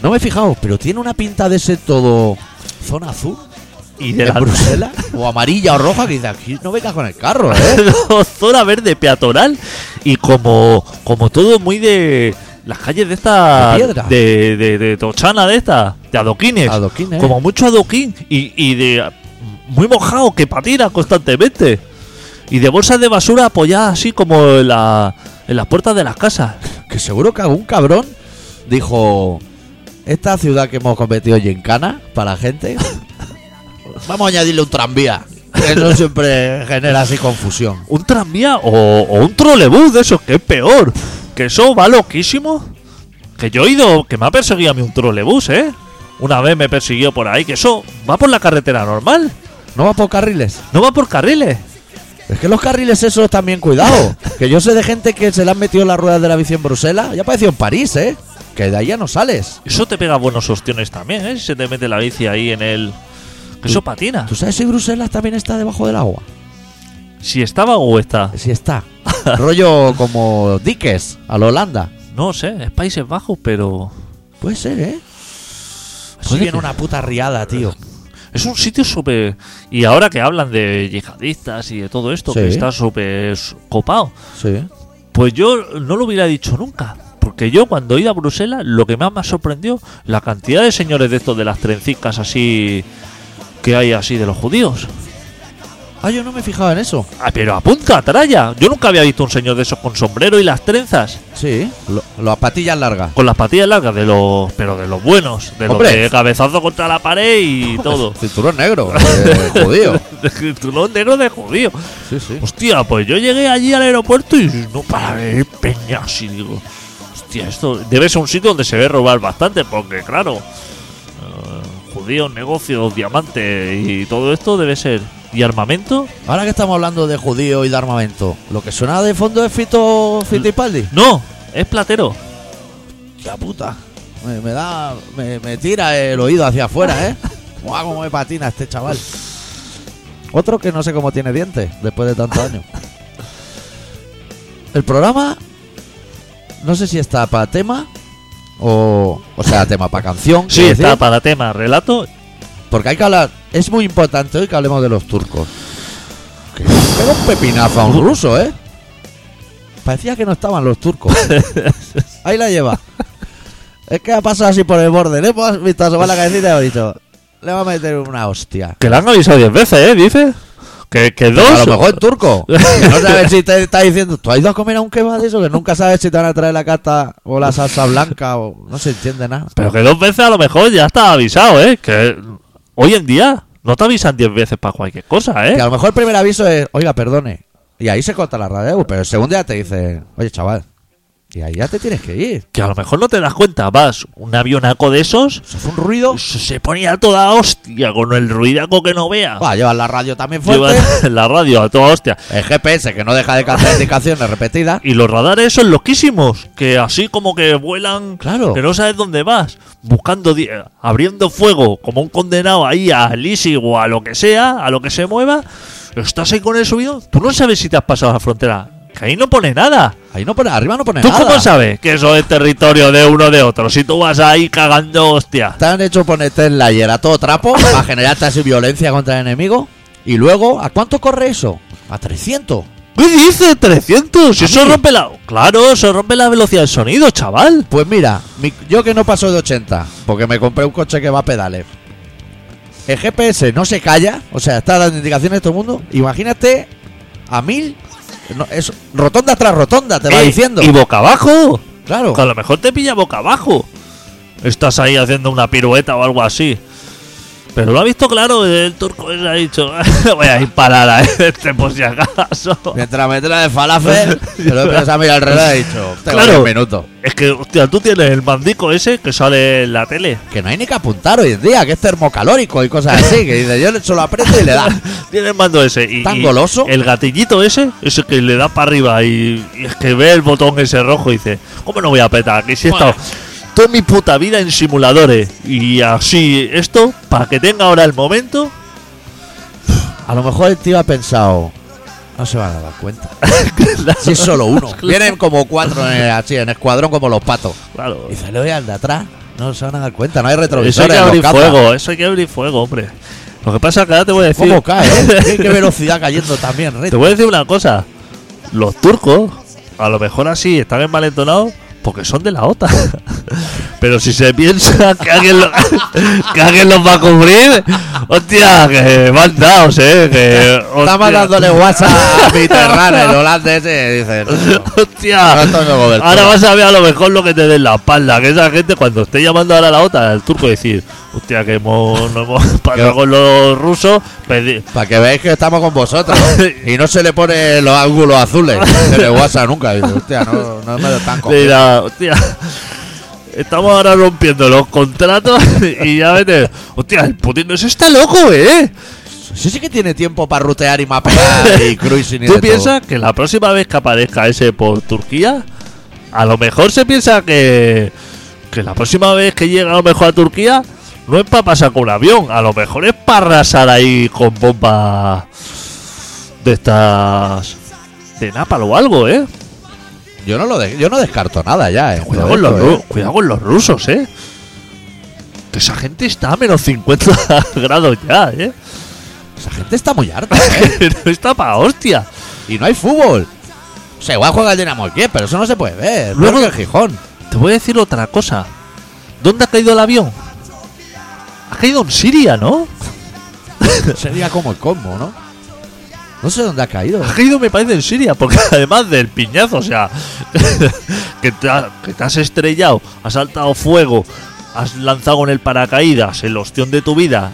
[SPEAKER 1] No me he fijado, pero tiene una pinta de ese todo zona azul
[SPEAKER 2] Y de
[SPEAKER 1] de
[SPEAKER 2] la
[SPEAKER 1] Bruselas o amarilla o roja que dice aquí no vengas con el carro, ¿eh?
[SPEAKER 2] No, (laughs) zona verde peatonal y como como todo muy de las calles de esta
[SPEAKER 1] De piedra.
[SPEAKER 2] de, de- de Tochana de esta de adoquines
[SPEAKER 1] Adoquines.
[SPEAKER 2] como mucho adoquín y, y de muy mojado que patina constantemente y de bolsas de basura apoyadas así como en, la- en las puertas de las casas
[SPEAKER 1] Que seguro que algún cabrón dijo esta ciudad que hemos convertido en cana para la gente. (laughs) Vamos a añadirle un tranvía. Que no siempre genera así confusión.
[SPEAKER 2] un tranvía o, o un trolebús de esos que es peor que eso va loquísimo que yo he ido que me ha perseguido a mí un trolebús eh una vez me persiguió por ahí que eso va por la carretera normal
[SPEAKER 1] No va por carriles.
[SPEAKER 2] no va por carriles
[SPEAKER 1] Es que los carriles esos también, (laughs) cuidado. Que yo sé de gente que se le han metido las ruedas de la bici en Bruselas. Ya pareció en París, ¿eh? Que de ahí ya no sales.
[SPEAKER 2] eso te pega buenos ostiones también eh si se te mete la bici ahí en el que eso patina
[SPEAKER 1] ¿Tú sabes si Bruselas también está debajo del agua?
[SPEAKER 2] si estaba o está
[SPEAKER 1] Sí (laughs) está. Rollo como diques a la Holanda.
[SPEAKER 2] no sé es Países Bajos pero
[SPEAKER 1] Puede ser, ¿eh? Así
[SPEAKER 2] Puede
[SPEAKER 1] viene
[SPEAKER 2] que-
[SPEAKER 1] una puta riada, tío.
[SPEAKER 2] Es un sitio súper... Y ahora que hablan de yihadistas y de todo esto, que
[SPEAKER 1] Sí.
[SPEAKER 2] está súper copado,
[SPEAKER 1] Sí.
[SPEAKER 2] pues yo no lo hubiera dicho nunca. Porque yo cuando he ido a Bruselas, lo que más me sorprendió, la cantidad de señores de estos de las trencicas así que hay así de los judíos.
[SPEAKER 1] Ah, yo no me fijaba en eso.
[SPEAKER 2] Ah, pero apunta, traya. Yo nunca había visto un señor de esos con sombrero y las trenzas,
[SPEAKER 1] Sí. Lo- las patillas largas.
[SPEAKER 2] con las patillas largas, de los, pero de los buenos, de los
[SPEAKER 1] Hombre.
[SPEAKER 2] de cabezazo contra la pared y todo. (laughs)
[SPEAKER 1] Cinturón (laughs) negro. eh, judío.
[SPEAKER 2] De Tulón negro de judío.
[SPEAKER 1] Sí, sí.
[SPEAKER 2] Hostia, pues yo llegué allí al aeropuerto y no para ver peñas y digo, hostia, esto debe ser un sitio donde se ve robar bastante, porque claro, eh, judíos, negocios, diamantes y todo esto debe ser. ¿Y armamento?
[SPEAKER 1] Ahora que estamos hablando de judío y de armamento, lo que suena de fondo es Fito Fittipaldi.
[SPEAKER 2] No, es platero.
[SPEAKER 1] La puta. Me, me da. Me, me tira el oído hacia afuera,
[SPEAKER 2] (laughs)
[SPEAKER 1] ¿eh? Guau, cómo me patina este chaval. Otro que no sé cómo tiene dientes después de tantos años. El programa. No sé si está para tema. O. O sea, tema para canción.
[SPEAKER 2] Sí,
[SPEAKER 1] quiero
[SPEAKER 2] está
[SPEAKER 1] decir,
[SPEAKER 2] para tema relato.
[SPEAKER 1] Porque hay que hablar. Es muy importante hoy que hablemos de los turcos. Que pega un pepinazo a un ruso, ¿eh? Parecía que no estaban los turcos. Ahí la lleva. Es que ha pasado así por el borde. Le hemos visto asomar la cabecita y hemos dicho: Le va a meter una hostia.
[SPEAKER 2] Que la han avisado diez veces, ¿eh? Dice. Que, que dos.
[SPEAKER 1] A lo mejor en turco. Que No sabes si te está diciendo. Tú has ido a comer a un kebab de eso que nunca sabes si te van a traer la carta o la salsa blanca o. No se entiende nada.
[SPEAKER 2] Pero que dos veces a lo mejor ya está avisado, ¿eh? Que hoy en día no te avisan diez veces para cualquier cosa, ¿eh?
[SPEAKER 1] Que a lo mejor el primer aviso es, oiga, perdone. Y ahí se corta la radio, pero el segundo ya te dice, oye, chaval, Y ahí ya te tienes que ir.
[SPEAKER 2] Que a lo mejor no te das cuenta, vas un avionaco de esos,
[SPEAKER 1] Eso fue un ruido.
[SPEAKER 2] se Pues se ponía toda hostia con el ruidaco que no vea.
[SPEAKER 1] Va, llevas la radio también Ah, fuerte.
[SPEAKER 2] Lleva (laughs) la radio a toda hostia.
[SPEAKER 1] El GPS que no deja de cantar indicaciones repetidas.
[SPEAKER 2] Y los radares son loquísimos, que así como que vuelan,
[SPEAKER 1] Claro.
[SPEAKER 2] que no sabes dónde vas, buscando, di- abriendo fuego como un condenado ahí a Lisi o a lo que sea, a lo que se mueva, estás ahí con el subido, tú no sabes si te has pasado la frontera, que ahí no pone nada.
[SPEAKER 1] Ahí no pone, arriba no pone
[SPEAKER 2] ¿Tú
[SPEAKER 1] nada.
[SPEAKER 2] cómo sabes que eso es territorio de uno de otro? Si tú vas ahí cagando, hostia.
[SPEAKER 1] Te han hecho ponerte en la hiera todo trapo para generarte así violencia contra el enemigo. Y luego, ¿a cuánto corre eso? A 300.
[SPEAKER 2] ¿Qué dices? ¿300? Si
[SPEAKER 1] ¿A
[SPEAKER 2] eso
[SPEAKER 1] mí?
[SPEAKER 2] rompe la... Claro, eso rompe la velocidad del sonido, chaval.
[SPEAKER 1] Pues mira, mi- yo que no paso de 80, porque me compré un coche que va a pedales. El GPS no se calla, o sea, está dando indicaciones todo el mundo. Imagínate a mil, no, es rotonda tras rotonda, te va
[SPEAKER 2] Eh,
[SPEAKER 1] diciendo. Oh.
[SPEAKER 2] Y boca abajo.
[SPEAKER 1] Claro,
[SPEAKER 2] Que a lo mejor te pilla boca abajo. Estás ahí haciendo una pirueta o algo así. Pero lo ha visto claro, eh, el turco ese ha dicho, (laughs) voy a disparar a (laughs) este por si acaso.
[SPEAKER 1] mientras me trae el falafel,
[SPEAKER 2] (laughs)
[SPEAKER 1] se lo he pensado a mirar el reloj y he dicho, tengo
[SPEAKER 2] Claro.
[SPEAKER 1] 10 minutos.
[SPEAKER 2] Es que, hostia, tú tienes el bandico ese que sale en la tele.
[SPEAKER 1] Que no hay ni que apuntar hoy en día, que es termocalórico y cosas así, que dice, yo solo aprieto y le da.
[SPEAKER 2] (laughs) Tiene el mando ese. Y,
[SPEAKER 1] ¿Tan
[SPEAKER 2] y
[SPEAKER 1] goloso?
[SPEAKER 2] El gatillito ese, ese que le da para arriba y, y es que ve el botón ese rojo y dice, ¿cómo no voy a apretar? Que si he estado toda mi puta vida en simuladores y así esto, para que tenga ahora el momento, (laughs)
[SPEAKER 1] A lo mejor el tío ha pensado, no se van a dar cuenta. Si es solo uno. (laughs) Vienen como cuatro en- así, en escuadrón como los patos.
[SPEAKER 2] claro.
[SPEAKER 1] Y se le oye al de atrás. No se van a dar cuenta, no hay
[SPEAKER 2] Eso hay
[SPEAKER 1] retrovisores.
[SPEAKER 2] que
[SPEAKER 1] en los
[SPEAKER 2] abrir
[SPEAKER 1] Kappa.
[SPEAKER 2] fuego, eso hay que abrir fuego, hombre. Lo que pasa es que ahora te voy a decir.
[SPEAKER 1] ¿Cómo cae?
[SPEAKER 2] (laughs)
[SPEAKER 1] eh? Qué- Qué velocidad cayendo también,
[SPEAKER 2] Te
[SPEAKER 1] recto.
[SPEAKER 2] voy a decir una cosa. Los turcos, a lo mejor así, están envalentonados porque son de la OTAN. (laughs) Pero si se piensa que alguien, lo- (laughs) que alguien los va a cubrir, hostia, que mandados, eh. Que, hostia.
[SPEAKER 1] Está mandándole WhatsApp a (laughs) Mitterrand, el holandés, y dice, no, no,
[SPEAKER 2] (laughs) Hostia,
[SPEAKER 1] no tengo cobertura.
[SPEAKER 2] ahora vas a ver a lo mejor lo que te den la espalda. Que esa gente, cuando esté llamando ahora a la OTAN, al turco, decir, hostia, que hemos, no hemos (laughs) pasado con los rusos, pedi-
[SPEAKER 1] Para que veáis que estamos con vosotros. (laughs) Y no se le pone los ángulos azules en el WhatsApp nunca. Dice, hostia, no, no me lo están
[SPEAKER 2] Le
[SPEAKER 1] cogiendo.
[SPEAKER 2] dirá, hostia, estamos ahora rompiendo los contratos (laughs) y ya vete. Hostia, el Putin no, eso está loco, ¿eh?
[SPEAKER 1] Sí, sí que tiene tiempo para rutear y mapear
[SPEAKER 2] (laughs)
[SPEAKER 1] y cruising y de
[SPEAKER 2] ¿Tú
[SPEAKER 1] todo.
[SPEAKER 2] piensas que la próxima vez que aparezca ese por Turquía, a lo mejor se piensa que, que la próxima vez que llega a lo mejor a Turquía, no es para pasar con un avión, a lo mejor es para arrasar ahí con bombas de estas. de Napal o algo, ¿eh?
[SPEAKER 1] Yo no, lo de- yo no descarto nada ya. eh,
[SPEAKER 2] Cuidado
[SPEAKER 1] todo
[SPEAKER 2] con, los,
[SPEAKER 1] esto, eh.
[SPEAKER 2] ru- cuidado con los rusos, ¿eh? Que esa gente está a menos 50 (laughs) grados ya, ¿eh?
[SPEAKER 1] Esa gente está muy harta. ¿eh?
[SPEAKER 2] Que (laughs) no está para hostia.
[SPEAKER 1] y no hay fútbol. O sea, igual juega el Dinamo Kiev, pero eso no se puede ver.
[SPEAKER 2] Luego-
[SPEAKER 1] Luego de Gijón.
[SPEAKER 2] Te voy a decir otra cosa. ¿Dónde ha caído el avión? Ha caído en Siria, ¿no?
[SPEAKER 1] Sería como el Cosmo, ¿no? No sé dónde ha caído.
[SPEAKER 2] Ha caído, me parece, en Siria, porque (laughs) además del piñazo, o sea, (laughs) que, te ha- que te has estrellado, has saltado fuego, has lanzado con el paracaídas, el ostión de tu vida,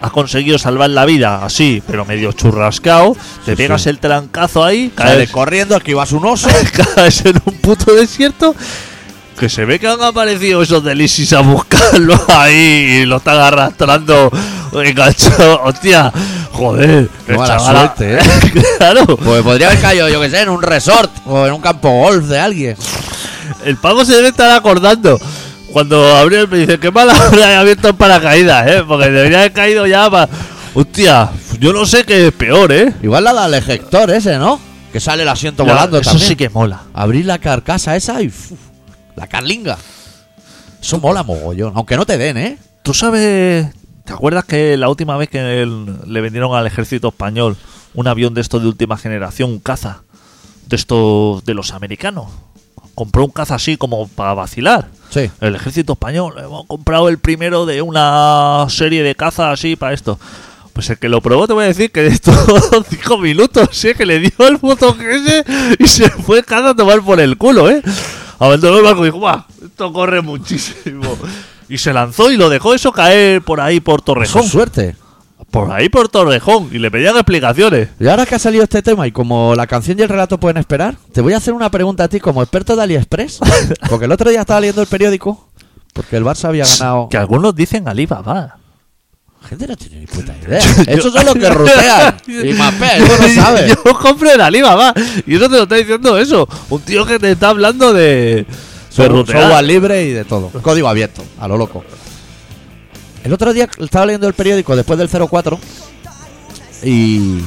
[SPEAKER 2] has conseguido salvar la vida, así, pero medio churrascao, te
[SPEAKER 1] Sí,
[SPEAKER 2] pegas
[SPEAKER 1] sí.
[SPEAKER 2] el trancazo ahí, (laughs)
[SPEAKER 1] Sale
[SPEAKER 2] caes,
[SPEAKER 1] corriendo, esquivas un oso.
[SPEAKER 2] caes en un puto desierto. Que se ve que han aparecido esos del ISIS a buscarlo (laughs) ahí y lo están arrastrando enganchado. Hostia, joder,
[SPEAKER 1] Qué
[SPEAKER 2] el
[SPEAKER 1] mala
[SPEAKER 2] chaval-
[SPEAKER 1] suerte,
[SPEAKER 2] (laughs) claro.
[SPEAKER 1] Pues podría haber caído, yo que sé, en un resort o en un campo golf de alguien.
[SPEAKER 2] El pavo se debe estar acordando. Cuando abrió me dice, qué mala (laughs) hora he abierto el paracaídas, ¿eh? Porque debería haber caído ya para... Hostia, yo no sé qué es peor, ¿eh?
[SPEAKER 1] Igual la da el ejector ese, ¿no? Que sale el asiento
[SPEAKER 2] Ya,
[SPEAKER 1] volando
[SPEAKER 2] eso
[SPEAKER 1] también.
[SPEAKER 2] sí que mola.
[SPEAKER 1] Abrir la carcasa esa y. uf, la carlinga. Eso mola mogollón. Aunque no te den, ¿eh?
[SPEAKER 2] ¿Tú sabes... ¿Te acuerdas que la última vez que el- le vendieron al ejército español un avión de estos de última generación, un caza? De estos de los americanos. Compró un caza así como para vacilar.
[SPEAKER 1] Sí.
[SPEAKER 2] El ejército español, hemos comprado el primero de una serie de caza así para esto. Pues el que lo probó te voy a decir que estos (laughs) cinco minutos, ¿eh? que le dio el botón ese y se fue cada a tomar por el culo, ¿eh? Abandonó el barco y dijo, "Buah, esto corre muchísimo. Y se lanzó y lo dejó eso caer por ahí, por
[SPEAKER 1] Con
[SPEAKER 2] Torrejón.
[SPEAKER 1] suerte.
[SPEAKER 2] por ahí por Torrejón y le pedían explicaciones.
[SPEAKER 1] Y ahora que ha salido este tema y como la canción y el relato pueden esperar, te voy a hacer una pregunta a ti como experto de
[SPEAKER 2] (laughs)
[SPEAKER 1] AliExpress. Porque el otro día estaba leyendo el periódico porque el Barça había ganado.
[SPEAKER 2] Que algunos dicen Alibaba.
[SPEAKER 1] La gente no tiene ni puta
[SPEAKER 2] (laughs)
[SPEAKER 1] idea. Esos son los que rutean y mapean, eso lo sabes.
[SPEAKER 2] Yo compro en Alibaba y eso te lo está diciendo eso. Un tío que te está hablando de, de
[SPEAKER 1] Son-
[SPEAKER 2] rutear.
[SPEAKER 1] software libre y de todo. Código abierto, a lo loco. El otro día estaba leyendo el periódico después del 04 y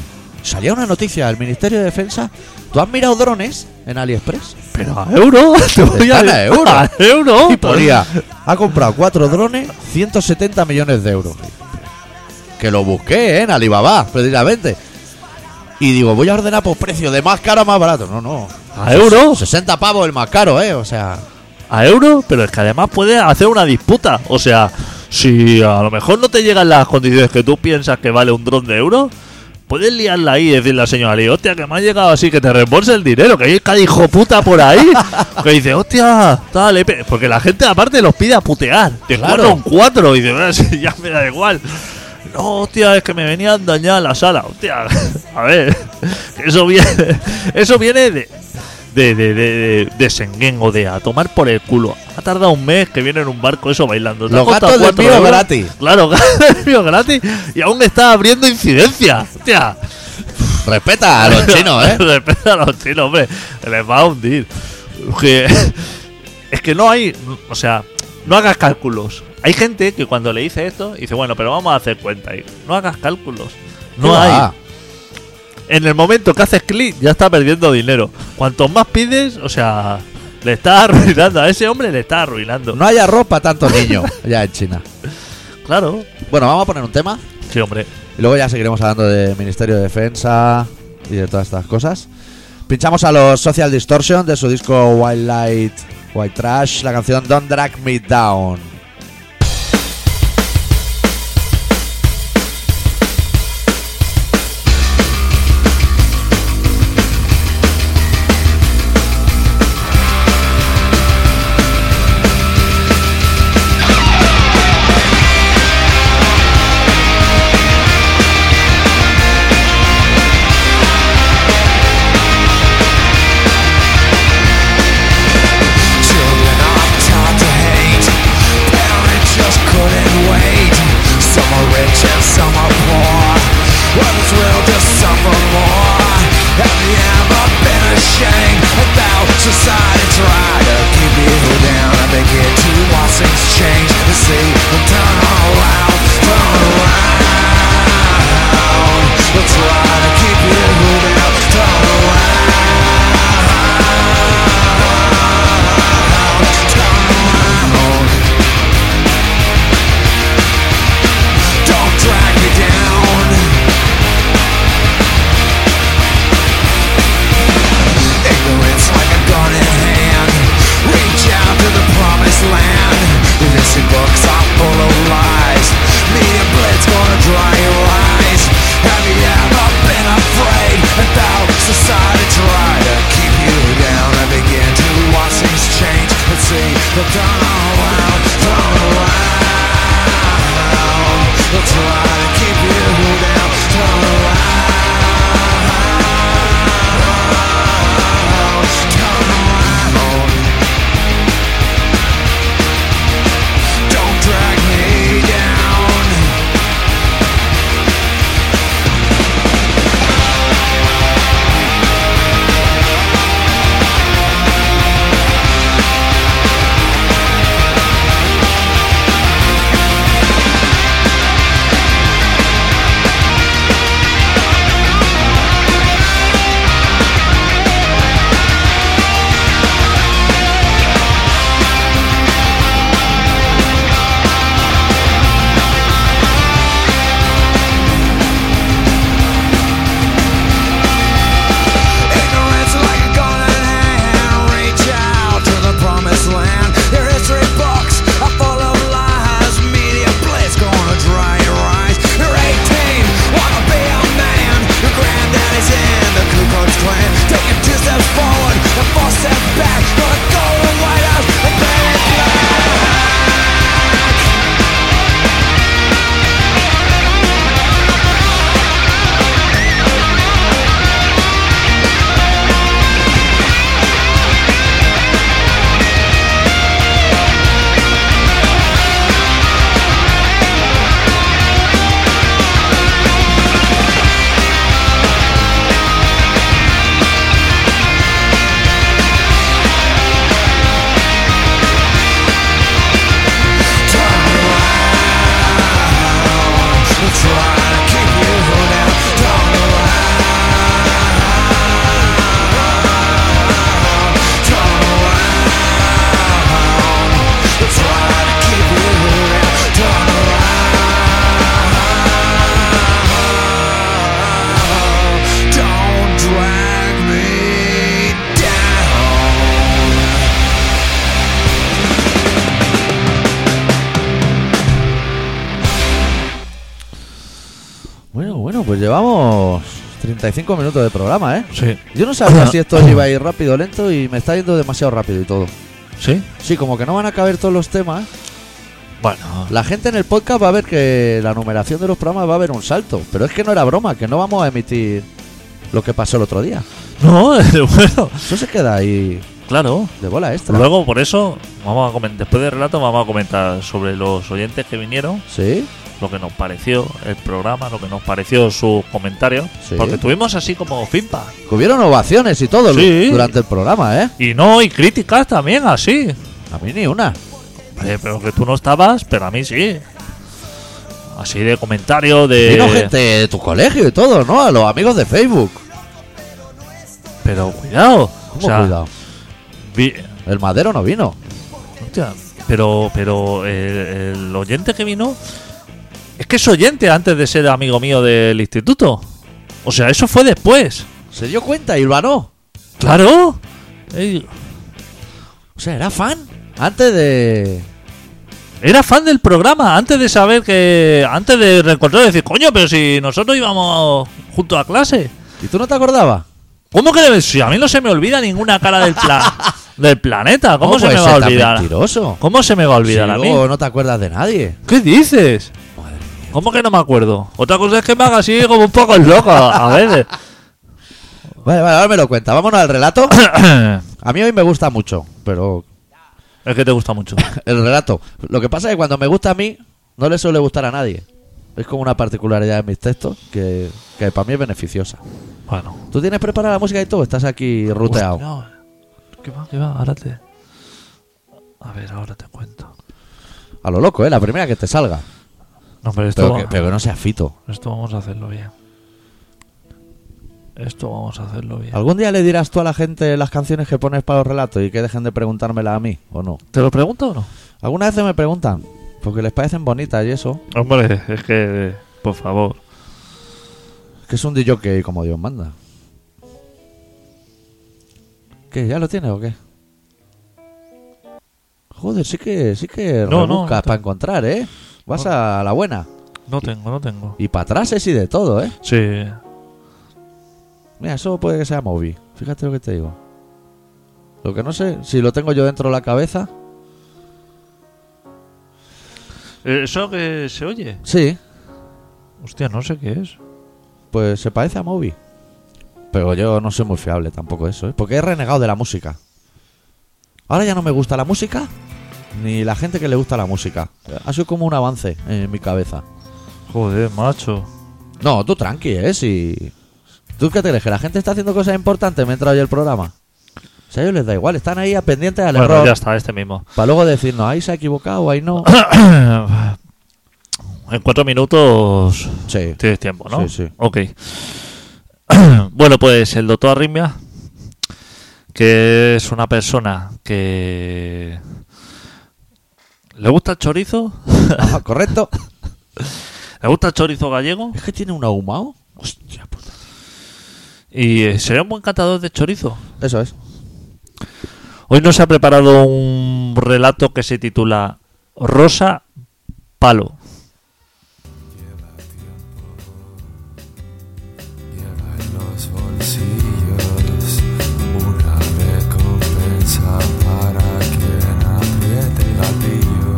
[SPEAKER 1] salía una noticia del Ministerio de Defensa. ¿Tú has mirado drones en AliExpress?
[SPEAKER 2] Pero a euro, (laughs) te voy a
[SPEAKER 1] Están a euro.
[SPEAKER 2] A euro.
[SPEAKER 1] Y ponía, ha comprado cuatro drones, 170 millones de euros. Que lo busqué ¿eh? en Alibaba, precisamente. Y digo, voy a ordenar por precio de más caro a más barato. No, no.
[SPEAKER 2] A euro.
[SPEAKER 1] 60 pavos el más caro, ¿eh? O sea,
[SPEAKER 2] a euro, pero es que además puedes hacer una disputa. O sea, si a lo mejor no te llegan las condiciones que tú piensas que vale un dron de euro, puedes liarla ahí y decirle al señor Ali, hostia, que me ha llegado así, que te reembolse el dinero, que hay cada hijo puta por ahí. que dice, hostia, dale, pe-". porque la gente aparte los pide a putear. Te
[SPEAKER 1] Claro.
[SPEAKER 2] claro. un cuatro y dice, "Ah, (laughs) sí, ya me da igual. No, hostia, es que me venían dañada la sala. Hostia, (laughs) a ver, eso viene, eso viene de, de, de, de, de, de Schengen o de a tomar por el culo. Ha tardado un mes que viene en un barco eso bailando. Te ha
[SPEAKER 1] Los
[SPEAKER 2] costado
[SPEAKER 1] gastos de
[SPEAKER 2] cuatro
[SPEAKER 1] envío
[SPEAKER 2] euros.
[SPEAKER 1] gratis.
[SPEAKER 2] Claro, (laughs) gastos de envío gratis. Y aún está abriendo incidencia. Hostia.
[SPEAKER 1] respeta a
[SPEAKER 2] (laughs)
[SPEAKER 1] los chinos, ¿eh?
[SPEAKER 2] Respeta a los chinos, hombre. Les va a hundir. Que- (laughs) es que no hay. O sea, no hagas cálculos. Hay gente que cuando le dice esto, dice, bueno, pero vamos a hacer cuenta. Y no hagas cálculos. No hay.
[SPEAKER 1] Ah,
[SPEAKER 2] En el momento que haces clic, ya está perdiendo dinero. Cuanto más pides, o sea, le está (laughs) arruinando. A ese hombre le está arruinando.
[SPEAKER 1] No hay arroz para tantos niños ya en China.
[SPEAKER 2] Claro.
[SPEAKER 1] Bueno, vamos a poner un tema
[SPEAKER 2] Sí, hombre.
[SPEAKER 1] y luego ya seguiremos hablando de Ministerio de Defensa y de todas estas cosas. Pinchamos a los Social Distortion de su disco White Light, White Trash, la canción Don't Drag Me Down.
[SPEAKER 3] Children are taught to hate. Parents just couldn't wait. Some are rich and some are poor. Others will just suffer more. Have you ever been ashamed about society? Try to keep you down. I think it too wants exchange to see them turn around, turn around. They'll try to keep you down, turn around, turn around. Don't drag me down. Ignorance like a gun in hand. Reach out to the promised land. The history books are full of lies. Media blitz gonna dry your eyes. Have you ever been afraid about society? Try to keep you down. I begin to watch things change and see the turn around, turn around. They'll try to keep you down, turn around, turn around. Don't drag me down.
[SPEAKER 1] Bueno, pues llevamos 35 minutos de programa, ¿eh?
[SPEAKER 2] Sí,
[SPEAKER 1] Yo no sabía si esto iba a ir rápido o lento y me está yendo demasiado rápido y todo.
[SPEAKER 2] sí.
[SPEAKER 1] Sí, como que no van a caber todos los temas.
[SPEAKER 2] Bueno, (laughs)
[SPEAKER 1] La gente en el podcast va a ver que la numeración de los programas va a haber un salto. Pero es que no era broma, que no vamos a emitir lo que pasó el otro día.
[SPEAKER 2] no, (laughs) bueno,
[SPEAKER 1] Eso se queda ahí
[SPEAKER 2] claro.
[SPEAKER 1] de bola extra.
[SPEAKER 2] Luego, por eso, vamos a comentar, después del relato, vamos a comentar sobre los oyentes que vinieron,
[SPEAKER 1] Sí,
[SPEAKER 2] lo que nos pareció el programa, lo que nos pareció sus comentarios.
[SPEAKER 1] Sí.
[SPEAKER 2] Porque tuvimos así como fimpa.
[SPEAKER 1] que hubieron ovaciones y todo
[SPEAKER 2] Sí.
[SPEAKER 1] durante el programa, ¿eh?
[SPEAKER 2] Y no, y críticas también, así.
[SPEAKER 1] A mí ni una.
[SPEAKER 2] Hombre, pero que tú no estabas, pero a mí sí. Así de comentario, de.
[SPEAKER 1] Vino gente de tu colegio y todo, ¿no? A los amigos de Facebook.
[SPEAKER 2] Pero cuidado. o
[SPEAKER 1] ¿Cómo
[SPEAKER 2] sea,
[SPEAKER 1] cuidado?
[SPEAKER 2] vi-
[SPEAKER 1] El madero no vino.
[SPEAKER 2] hostia, pero pero eh, el, oyente que vino. Es que es oyente antes de ser amigo mío del instituto. O sea, eso fue después.
[SPEAKER 1] Se dio cuenta y lo anó.
[SPEAKER 2] Claro. Eh,
[SPEAKER 1] O sea, era fan. Antes de.
[SPEAKER 2] Era fan del programa antes de saber que. Antes de reencontrar y decir, coño, pero si nosotros íbamos juntos a clase.
[SPEAKER 1] ¿Y tú no te acordabas?
[SPEAKER 2] ¿Cómo que debe- si a mí no se me olvida ninguna cara del pla-
[SPEAKER 1] (laughs)
[SPEAKER 2] del planeta? ¿Cómo se
[SPEAKER 1] puede
[SPEAKER 2] me
[SPEAKER 1] ser
[SPEAKER 2] va a
[SPEAKER 1] tan
[SPEAKER 2] olvidar?
[SPEAKER 1] Mentiroso.
[SPEAKER 2] ¿Cómo se me va a olvidar
[SPEAKER 1] Si
[SPEAKER 2] a mí?
[SPEAKER 1] luego no te acuerdas de nadie.
[SPEAKER 2] ¿Qué dices?
[SPEAKER 1] Madre mía.
[SPEAKER 2] ¿Cómo que no me acuerdo? Otra cosa es que me haga así como un poco el loco
[SPEAKER 1] (coughs)
[SPEAKER 2] a veces. (coughs)
[SPEAKER 1] Vale, vale, ahora me lo cuenta. Vámonos al relato. A mí hoy me gusta mucho, pero (laughs)
[SPEAKER 2] es que te gusta mucho.
[SPEAKER 1] el relato. Lo que pasa es que cuando me gusta a mí, no le suele gustar a nadie. Es como una particularidad de mis textos que, que para mí es beneficiosa.
[SPEAKER 2] Bueno.
[SPEAKER 1] ¿Tú tienes preparada la música y todo? Estás aquí ruteado.
[SPEAKER 2] ¿Qué va? ¿Qué va? Ahora te... A ver, ahora te cuento.
[SPEAKER 1] A lo loco, ¿eh? La primera que te salga.
[SPEAKER 2] No, pero esto,
[SPEAKER 1] Pero
[SPEAKER 2] va-
[SPEAKER 1] que, pero que no sea fito.
[SPEAKER 2] esto vamos a hacerlo bien. Esto vamos a hacerlo bien.
[SPEAKER 1] ¿Algún día le dirás tú a la gente las canciones que pones para los relatos y que dejen de preguntármelas a mí o no?
[SPEAKER 2] ¿Te lo pregunto o no?
[SPEAKER 1] Algunas veces me preguntan, porque les parecen bonitas y eso,
[SPEAKER 2] Hombre, es que... Por favor.
[SPEAKER 1] que es un DJ que como Dios manda. ¿Qué? ¿Ya lo tienes o qué? Joder, sí que, sí que
[SPEAKER 2] No, no,
[SPEAKER 1] rebuscas
[SPEAKER 2] no te-
[SPEAKER 1] para encontrar, ¿eh? Vas a la buena.
[SPEAKER 2] No tengo, no tengo.
[SPEAKER 1] Y para atrás es y de todo, ¿eh?
[SPEAKER 2] Sí.
[SPEAKER 1] Mira, eso puede que sea Moby. Fíjate lo que te digo. Lo que no sé, si lo tengo yo dentro de la cabeza.
[SPEAKER 2] ¿Eso que se oye?
[SPEAKER 1] Sí,
[SPEAKER 2] Hostia, no sé qué es.
[SPEAKER 1] pues se parece a Moby. Pero yo no soy muy fiable tampoco de eso, ¿eh? Porque he renegado de la música. Ahora ya no me gusta la música, ni la gente que le gusta la música. Ha sido como un avance en mi cabeza.
[SPEAKER 2] Joder, macho.
[SPEAKER 1] No, tú tranqui, ¿eh? Si... ¿Tú qué te crees? ¿Que la gente está haciendo cosas importantes mientras oye el programa? O sea, a ellos les da igual, están ahí a pendientes al
[SPEAKER 2] Bueno,
[SPEAKER 1] error.
[SPEAKER 2] ya Ah, está, este mismo. (coughs)
[SPEAKER 1] Para luego decirnos, ahí se ha equivocado, ahí no.
[SPEAKER 2] en cuatro minutos
[SPEAKER 1] sí.
[SPEAKER 2] tienes tiempo, ¿no?
[SPEAKER 1] Sí, sí.
[SPEAKER 2] Ok. (clears throat) bueno, pues el doctor Arritmia, que es una persona que... ¿Le gusta el chorizo?
[SPEAKER 1] Ajá, correcto.
[SPEAKER 2] ¿Le gusta el chorizo gallego?
[SPEAKER 1] (laughs) Es que tiene un ahumado. Hostia puta.
[SPEAKER 2] Y eh, sería un buen catador de chorizo.
[SPEAKER 1] Eso es.
[SPEAKER 2] Hoy nos ha preparado un relato que se titula Rosa Palo.
[SPEAKER 3] Lleva tiempo, lleva en los bolsillos una recompensa para quien apriete el gatillo.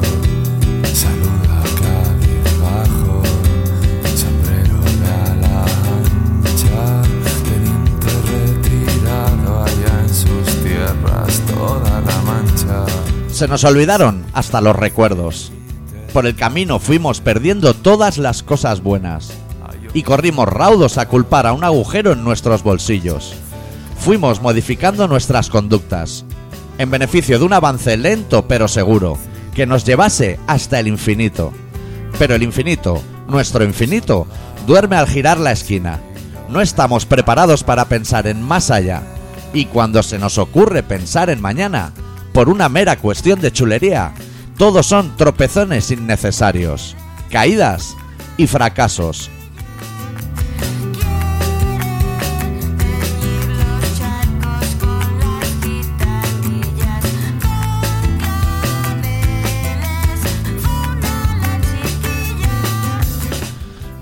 [SPEAKER 3] Saluda cabizbajo, sombrero de ala ancha, teniente retirado allá en sus tierras toda la mancha.
[SPEAKER 1] Se nos olvidaron hasta los recuerdos. Por el camino fuimos perdiendo todas las cosas buenas. Y corrimos raudos a culpar a un agujero en nuestros bolsillos. Fuimos modificando nuestras conductas. En beneficio de un avance lento pero seguro. Que nos llevase hasta el infinito. Pero el infinito, nuestro infinito, duerme al girar la esquina. No estamos preparados para pensar en más allá. Y cuando se nos ocurre pensar en mañana, por una mera cuestión de chulería, todos son tropezones innecesarios, caídas y fracasos.
[SPEAKER 4] Quieren pedir los charcos con las guitarrillas Con caramelas, fuman la chiquilla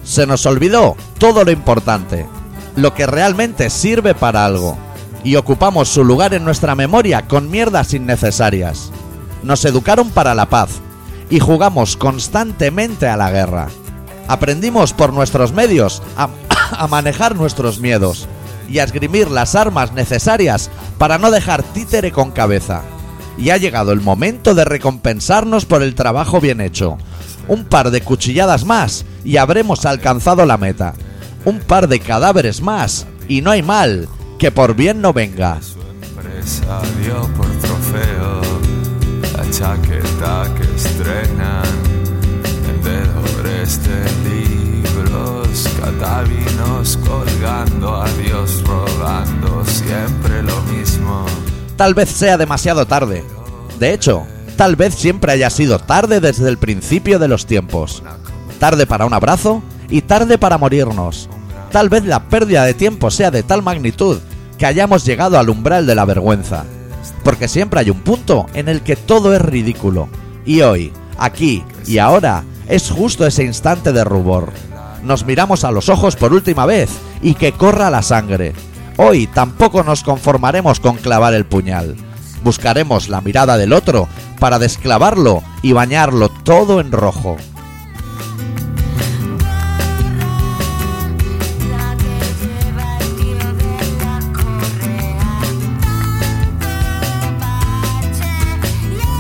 [SPEAKER 1] Se Se nos olvidó todo lo importante, lo que realmente sirve para algo, y ocupamos su lugar en nuestra memoria con mierdas innecesarias. Nos educaron para la paz y jugamos constantemente a la guerra. Aprendimos por nuestros medios a, (coughs) a manejar nuestros miedos y a esgrimir las armas necesarias para no dejar títere con cabeza. Y ha llegado el momento de recompensarnos por el trabajo bien hecho. Un par de cuchilladas más y habremos alcanzado la meta. Un par de cadáveres más y no hay mal que por bien no venga.
[SPEAKER 5] Presa dio por trofeo la chaqueta que estrenan vendedores de libros, catavinos colgando, adiós rogando, siempre lo mismo.
[SPEAKER 1] Tal vez sea demasiado tarde. De hecho, tal vez siempre haya sido tarde desde el principio de los tiempos. Tarde para un abrazo y tarde para morirnos. Tal vez la pérdida de tiempo sea de tal magnitud que hayamos llegado al umbral de la vergüenza. Porque siempre hay un punto en el que todo es ridículo. Y hoy, aquí y ahora, es justo ese instante de rubor. Nos miramos a los ojos por última vez y que corra la sangre. Hoy tampoco nos conformaremos con clavar el puñal. Buscaremos la mirada del otro para desclavarlo y bañarlo todo en rojo.
[SPEAKER 4] La que lleva el tío de la correa Pache y él se menea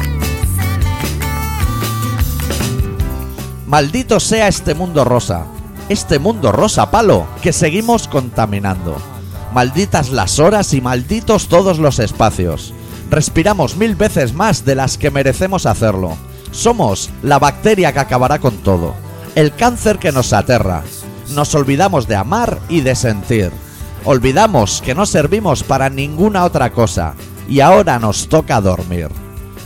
[SPEAKER 1] Maldito sea este mundo rosa, este mundo rosa palo que seguimos contaminando. Malditas las horas y malditos todos los espacios. Respiramos mil veces más de las que merecemos hacerlo. Somos la bacteria que acabará con todo, el cáncer que nos aterra. Nos olvidamos de amar y de sentir. Olvidamos que no servimos para ninguna otra cosa y ahora nos toca dormir.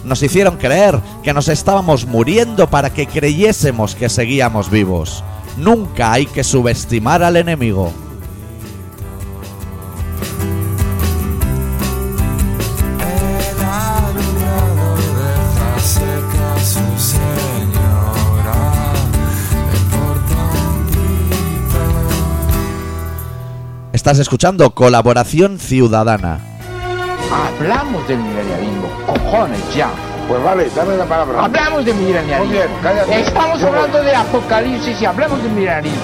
[SPEAKER 1] Nos hicieron creer que nos estábamos muriendo para que creyésemos que seguíamos vivos. Nunca hay que subestimar al enemigo.
[SPEAKER 5] El alumbrado deja seca a su señora, le importa un pito.
[SPEAKER 1] Estás escuchando Colaboración Ciudadana.
[SPEAKER 6] Hablamos del milenialismo, cojones ya.
[SPEAKER 7] Pues vale, dame la palabra.
[SPEAKER 6] Hablamos del milenialismo.
[SPEAKER 7] Muy bien, cállate.
[SPEAKER 6] Estamos
[SPEAKER 7] Yo
[SPEAKER 6] hablando de apocalipsis y hablamos del milenialismo.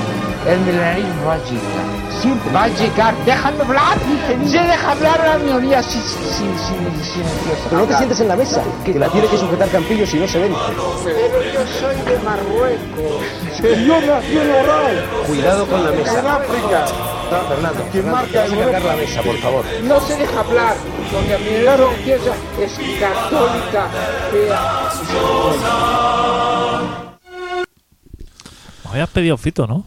[SPEAKER 6] El milenialismo va a llegar, siempre va a llegar. Déjame hablar, se deja hablar a la minoría sin sí, sí, sí, sí,
[SPEAKER 8] Pero no te sientes en la mesa, que la tiene que sujetar Campillo si no se vende.
[SPEAKER 6] Pero yo soy de Marruecos.
[SPEAKER 7] Yo nací en Oral,
[SPEAKER 8] Cuidado con la
[SPEAKER 7] en
[SPEAKER 8] mesa.
[SPEAKER 7] África.
[SPEAKER 8] Fernando,
[SPEAKER 7] ¿Quién
[SPEAKER 8] Fernando,
[SPEAKER 7] marca
[SPEAKER 8] vas a
[SPEAKER 7] el
[SPEAKER 8] cargar la mesa, por favor.
[SPEAKER 6] No se deja hablar, porque mi piensa es católica, fea.
[SPEAKER 2] Me habías pedido fito, ¿no?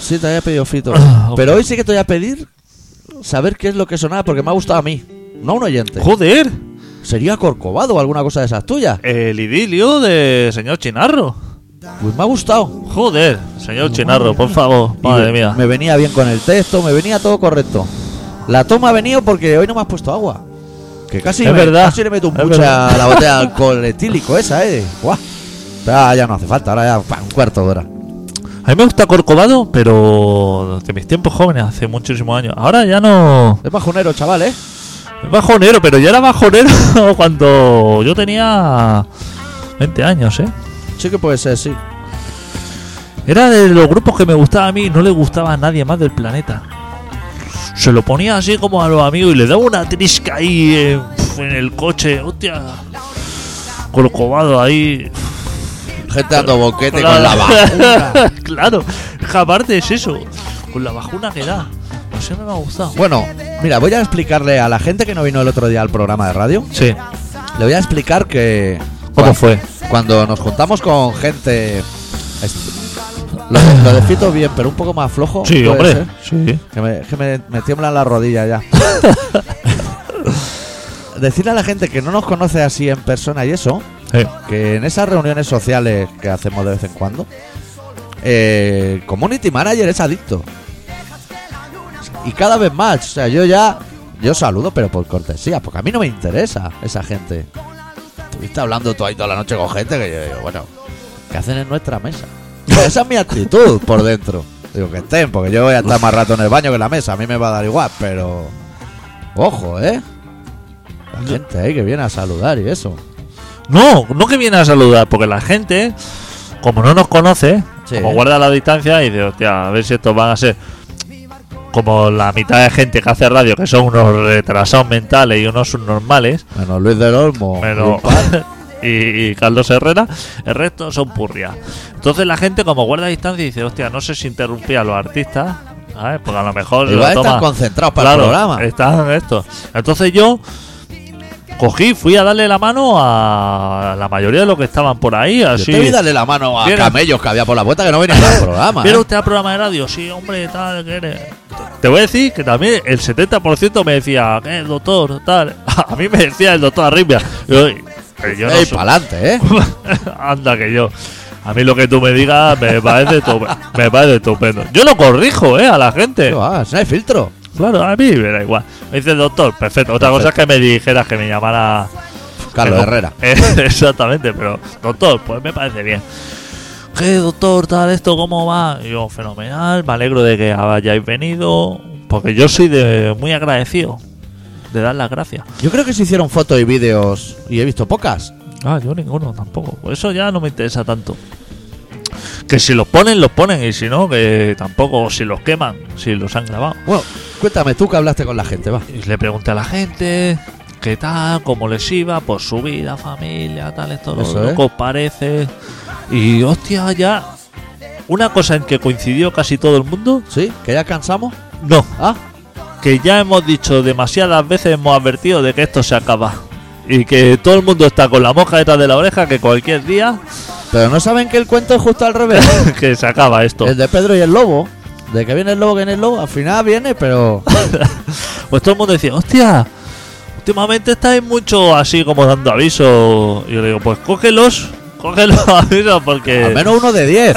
[SPEAKER 1] Sí, te había pedido (clears throat) Fito.
[SPEAKER 2] ok.
[SPEAKER 1] Pero hoy sí que te voy a pedir saber qué es lo que sonaba, porque me ha gustado a mí, no a un oyente.
[SPEAKER 2] ¡Joder!
[SPEAKER 1] Sería Corcovado o alguna cosa de esas tuyas.
[SPEAKER 2] El idilio de señor Chinarro.
[SPEAKER 1] Pues me ha gustado.
[SPEAKER 2] Joder, señor Chinarro, por favor.
[SPEAKER 1] Y
[SPEAKER 2] Madre
[SPEAKER 1] me-
[SPEAKER 2] mía.
[SPEAKER 1] Me venía bien con el texto, me venía todo correcto. La toma ha venido porque hoy no me has puesto agua. Que casi,
[SPEAKER 2] Es
[SPEAKER 1] me-
[SPEAKER 2] verdad,
[SPEAKER 1] casi le meto un
[SPEAKER 2] es
[SPEAKER 1] buche
[SPEAKER 2] verdad.
[SPEAKER 1] a la botella de alcohol etílico esa, eh. Guau. Ya, ya no hace falta, ahora ya pa, un cuarto de hora.
[SPEAKER 2] A mí me gusta Corcovado, pero de mis tiempos jóvenes, hace muchísimos años. Ahora ya no.
[SPEAKER 1] Es bajonero, chaval, eh.
[SPEAKER 2] Es bajonero, pero ya era bajonero (laughs) cuando yo tenía 20 años, ¿eh?
[SPEAKER 1] Sí que puede ser, sí.
[SPEAKER 2] Era de los grupos que me gustaba a mí y no le gustaba a nadie más del planeta. Se lo ponía así como a los amigos y le daba una trisca ahí eh, pf, en el coche. Hostia. Corcovado ahí.
[SPEAKER 1] Gente dando boquete
[SPEAKER 2] Claro.
[SPEAKER 1] con
[SPEAKER 2] (laughs)
[SPEAKER 1] la vacuna.
[SPEAKER 2] claro. Es que Aparte es eso. Con la vacuna que da. No sé, me ha gustado.
[SPEAKER 1] Bueno, mira, voy a explicarle a la gente que no vino el otro día al programa de radio.
[SPEAKER 2] Sí.
[SPEAKER 1] Le voy a explicar que.
[SPEAKER 2] ¿Cómo
[SPEAKER 1] cua-
[SPEAKER 2] fue?
[SPEAKER 1] Cuando nos juntamos con gente. est- Lo, de- lo de Fito bien, pero un poco más flojo.
[SPEAKER 2] Sí,
[SPEAKER 1] puede
[SPEAKER 2] hombre.
[SPEAKER 1] ser.
[SPEAKER 2] Sí.
[SPEAKER 1] Que me, que me, me tiemblan las rodillas ya. Decirle a la gente que no nos conoce así en persona y eso,
[SPEAKER 2] Eh,
[SPEAKER 1] que en esas reuniones sociales que hacemos de vez en cuando, eh, el community manager es adicto. Y cada vez más, o sea, yo ya, yo saludo, pero por cortesía, porque a mí no me interesa esa gente. Estuviste hablando tú ahí toda la noche con gente que yo digo, bueno, ¿qué hacen en nuestra mesa? Pues Esa es mi actitud por dentro. Digo que estén, porque yo voy a estar más rato en el baño que en la mesa. A mí me va a dar igual, pero. Ojo, ¿eh? La gente ahí que viene a saludar y eso.
[SPEAKER 2] No, no que viene a saludar, porque la gente, como no nos conoce,
[SPEAKER 1] Sí.
[SPEAKER 2] como guarda la distancia y dice, hostia, a ver si estos van a ser como la mitad de gente que hace radio, que son unos retrasados mentales y unos subnormales,
[SPEAKER 1] Menos Luis del Olmo.
[SPEAKER 2] pero-
[SPEAKER 1] Luis
[SPEAKER 2] (laughs)
[SPEAKER 1] Paz.
[SPEAKER 2] y, y Carlos Herrera, el resto son purrias. Entonces la gente, como guarda distancia, dice, hostia, no sé si interrumpir a los artistas, ¿sabes? porque a lo mejor. se lo
[SPEAKER 1] Igual están
[SPEAKER 2] toma-
[SPEAKER 1] concentrados Ah, para el programa.
[SPEAKER 2] Están esto. Entonces yo cogí, fui a darle la mano a la mayoría de los que estaban por ahí,
[SPEAKER 1] Yo
[SPEAKER 2] así.
[SPEAKER 1] te vi darle la mano a
[SPEAKER 2] Viene-
[SPEAKER 1] camellos que había por la puerta que no venían al programa.
[SPEAKER 2] ¿Viene
[SPEAKER 1] ¿eh?
[SPEAKER 2] usted al programa de radio? Sí, hombre, tal, que eres. Te voy a decir que también el 70% me decía, ¿qué, doctor? Tal. (laughs) A mí me decía el doctor Arrimia. Yo, que yo no
[SPEAKER 1] Ey,
[SPEAKER 2] soy-
[SPEAKER 1] pa'lante, ¿eh?
[SPEAKER 2] (laughs) Anda que yo. A mí lo que tú me digas me parece, estupe- me parece estupendo. Yo lo corrijo, ¿eh? A la gente.
[SPEAKER 1] ¿Qué va? Si no hay filtro.
[SPEAKER 2] Claro, a mí me da igual. Me dice el doctor, perfecto. Otra cosa es que me dijeras que me llamara. (laughs)
[SPEAKER 1] Carlos
[SPEAKER 2] que-
[SPEAKER 1] Herrera.
[SPEAKER 2] Exactamente, pero doctor, pues me parece bien. ¿Qué doctor, tal, esto, cómo va? Y yo, fenomenal, me alegro de que hayáis venido. Porque yo soy de muy agradecido de dar las gracias.
[SPEAKER 1] Yo creo que se hicieron fotos y vídeos y he visto pocas.
[SPEAKER 2] Ah, yo ninguno tampoco. Por eso ya no me interesa tanto. Que si los ponen, los ponen. Y si no, que tampoco. O si los queman, si los han grabado.
[SPEAKER 1] Bueno, cuéntame tú que hablaste con la gente, va.
[SPEAKER 2] Y le pregunté a la gente qué tal, cómo les iba, por su vida, familia, tal, esto, lo,
[SPEAKER 1] Eso
[SPEAKER 2] lo
[SPEAKER 1] es.
[SPEAKER 2] que os parece. Y hostia, ya. Una cosa en que coincidió casi todo el mundo,
[SPEAKER 1] ¿Sí? ¿Que ya cansamos?
[SPEAKER 2] no,
[SPEAKER 1] Ah,
[SPEAKER 2] que ya hemos dicho demasiadas veces, hemos advertido de que esto se acaba. Y que todo el mundo está con la mosca detrás de la oreja, que cualquier día (laughs)
[SPEAKER 1] pero no saben que el cuento es justo al revés.
[SPEAKER 2] que se acaba esto.
[SPEAKER 1] El de Pedro y el lobo. De que viene el lobo, que viene el lobo. Al final viene, pero.
[SPEAKER 2] Pues todo el mundo decía, hostia, últimamente estáis mucho así como dando aviso. Y yo le digo, pues cógelos, cógelos (laughs) avisos porque...
[SPEAKER 1] Al menos uno de (laughs) diez.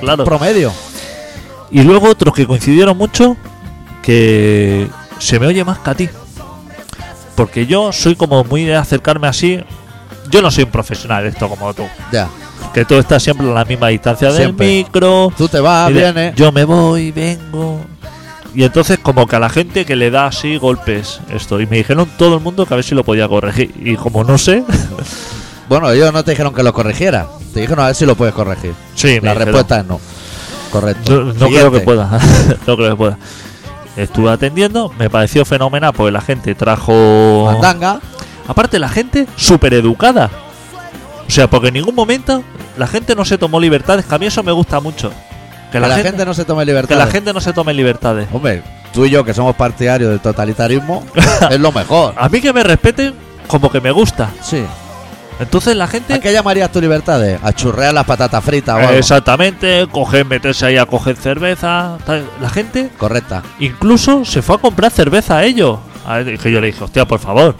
[SPEAKER 2] claro.
[SPEAKER 1] Promedio.
[SPEAKER 2] Y luego otros que coincidieron mucho que se me oye más que a ti. Porque yo soy como muy de acercarme así. Yo no soy un profesional de esto como tú.
[SPEAKER 1] Ya.
[SPEAKER 2] Que tú estás siempre a la misma distancia del
[SPEAKER 1] Siempre. Ah, ¿eh?
[SPEAKER 2] micro.
[SPEAKER 1] Tú te vas,
[SPEAKER 2] Y de-
[SPEAKER 1] vienes.
[SPEAKER 2] Yo me voy, vengo. Y entonces como que a la gente que le da así golpes esto. Y me dijeron todo el mundo que a ver si lo podía corregir. Y como no sé... (laughs)
[SPEAKER 1] Bueno, ellos no te dijeron que lo corrigiera. Te dijeron a ver si lo puedes corregir.
[SPEAKER 2] sí, me
[SPEAKER 1] La
[SPEAKER 2] dijeron,
[SPEAKER 1] respuesta es no. Correcto.
[SPEAKER 2] No, no creo
[SPEAKER 1] Siguiente.
[SPEAKER 2] que pueda. (laughs) no creo que pueda. Estuve atendiendo, me pareció fenomenal porque la gente trajo.
[SPEAKER 1] Mandanga.
[SPEAKER 2] Aparte, la gente súper educada. O sea, porque en ningún momento la gente no se tomó libertades, que a mí eso me gusta mucho.
[SPEAKER 1] Que la, gente, no se tome libertad.
[SPEAKER 2] que la gente no se tome libertades.
[SPEAKER 1] Hombre, tú y yo que somos partidarios del
[SPEAKER 2] (laughs)
[SPEAKER 1] totalitarismo, es lo mejor.
[SPEAKER 2] A mí que me respeten, como que me gusta.
[SPEAKER 1] Sí.
[SPEAKER 2] Entonces la gente.
[SPEAKER 1] ¿A qué llamarías tu libertad? De? ¿A churrear las patatas fritas o algo?
[SPEAKER 2] Exactamente, coger, meterse ahí a coger cerveza. tal. La gente
[SPEAKER 1] Correcta.
[SPEAKER 2] Incluso se fue a comprar cerveza a ellos. A ver, que yo le dije, hostia, por favor,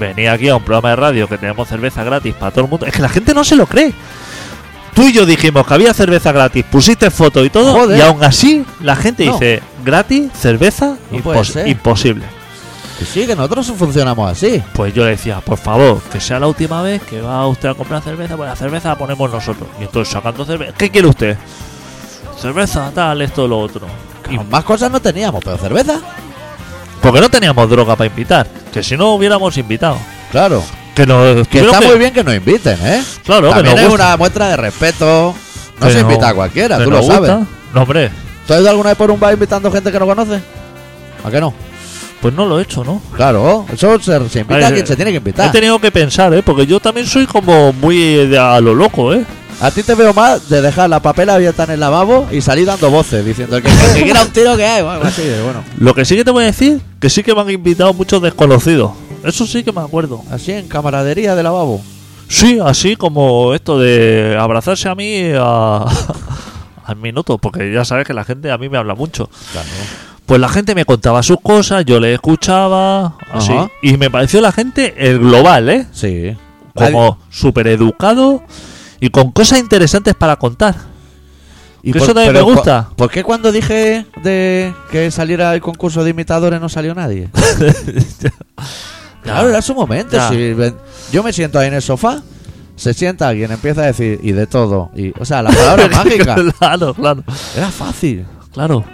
[SPEAKER 2] venid aquí a un programa de radio que tenemos cerveza gratis para todo el mundo. Es que la gente no se lo cree. Tú y yo dijimos que había cerveza gratis, pusiste foto y todo,
[SPEAKER 1] Joder.
[SPEAKER 2] y aún así la gente
[SPEAKER 1] No.
[SPEAKER 2] dice, gratis, cerveza,
[SPEAKER 1] No puede ser.
[SPEAKER 2] imposible.
[SPEAKER 1] Que sí, que nosotros funcionamos así.
[SPEAKER 2] Pues yo le decía, por favor, que sea la última vez que va usted a comprar cerveza, pues la cerveza la ponemos nosotros. Y entonces sacando cerveza, ¿qué quiere usted? Cerveza, tal, esto, lo otro. Y
[SPEAKER 1] Claro, Más cosas no teníamos, pero cerveza.
[SPEAKER 2] Porque no teníamos droga para invitar. Que si no hubiéramos invitado.
[SPEAKER 1] Claro.
[SPEAKER 2] Que nos
[SPEAKER 1] Que está muy bien que nos inviten, ¿eh?
[SPEAKER 2] Claro, que
[SPEAKER 1] También
[SPEAKER 2] nos
[SPEAKER 1] es
[SPEAKER 2] gusta.
[SPEAKER 1] una muestra de respeto. No
[SPEAKER 2] Que
[SPEAKER 1] se invita
[SPEAKER 2] no-
[SPEAKER 1] a cualquiera,
[SPEAKER 2] que
[SPEAKER 1] tú lo
[SPEAKER 2] nos
[SPEAKER 1] sabes.
[SPEAKER 2] gusta. No, hombre,
[SPEAKER 1] ¿Tú has ido alguna vez por un bar invitando gente que no conoce? ¿A qué no?
[SPEAKER 2] pues no lo he hecho, ¿no?
[SPEAKER 1] Claro, eso se, se invita
[SPEAKER 2] Ay,
[SPEAKER 1] a quien
[SPEAKER 2] eh,
[SPEAKER 1] se tiene que
[SPEAKER 2] He
[SPEAKER 1] invitar.
[SPEAKER 2] tenido que pensar, ¿eh? Porque yo también soy como muy de a lo loco, ¿eh?
[SPEAKER 1] A ti te veo más de dejar la papela abierta en el lavabo y salir dando voces diciendo el que, el que quiera un tiro que hay. o algo así, bueno.
[SPEAKER 2] Lo que sí que te voy a decir, que sí que me han invitado muchos desconocidos. Eso sí que me acuerdo.
[SPEAKER 1] Así en camaradería de lavabo.
[SPEAKER 2] Sí, así como esto de abrazarse a mí a- (laughs) al minuto, porque ya sabes que la gente a mí me habla mucho. Pues la gente me contaba sus cosas, yo le escuchaba, así.
[SPEAKER 1] Ajá.
[SPEAKER 2] Y me pareció la gente el global, ¿eh?
[SPEAKER 1] Sí.
[SPEAKER 2] Como súper educado y con cosas interesantes para contar.
[SPEAKER 1] Y
[SPEAKER 2] que eso también
[SPEAKER 1] pero
[SPEAKER 2] me gusta.
[SPEAKER 1] po- ¿Por qué cuando dije de que saliera el concurso de imitadores no salió
[SPEAKER 2] (laughs)
[SPEAKER 1] nadie? claro, era su momento.
[SPEAKER 2] Ya.
[SPEAKER 1] si ven- yo me siento ahí en el sofá se sienta alguien, empieza a decir y de todo. Y, o sea, la
[SPEAKER 2] (laughs)
[SPEAKER 1] palabra mágica.
[SPEAKER 2] claro, claro,
[SPEAKER 1] Era fácil.
[SPEAKER 2] claro.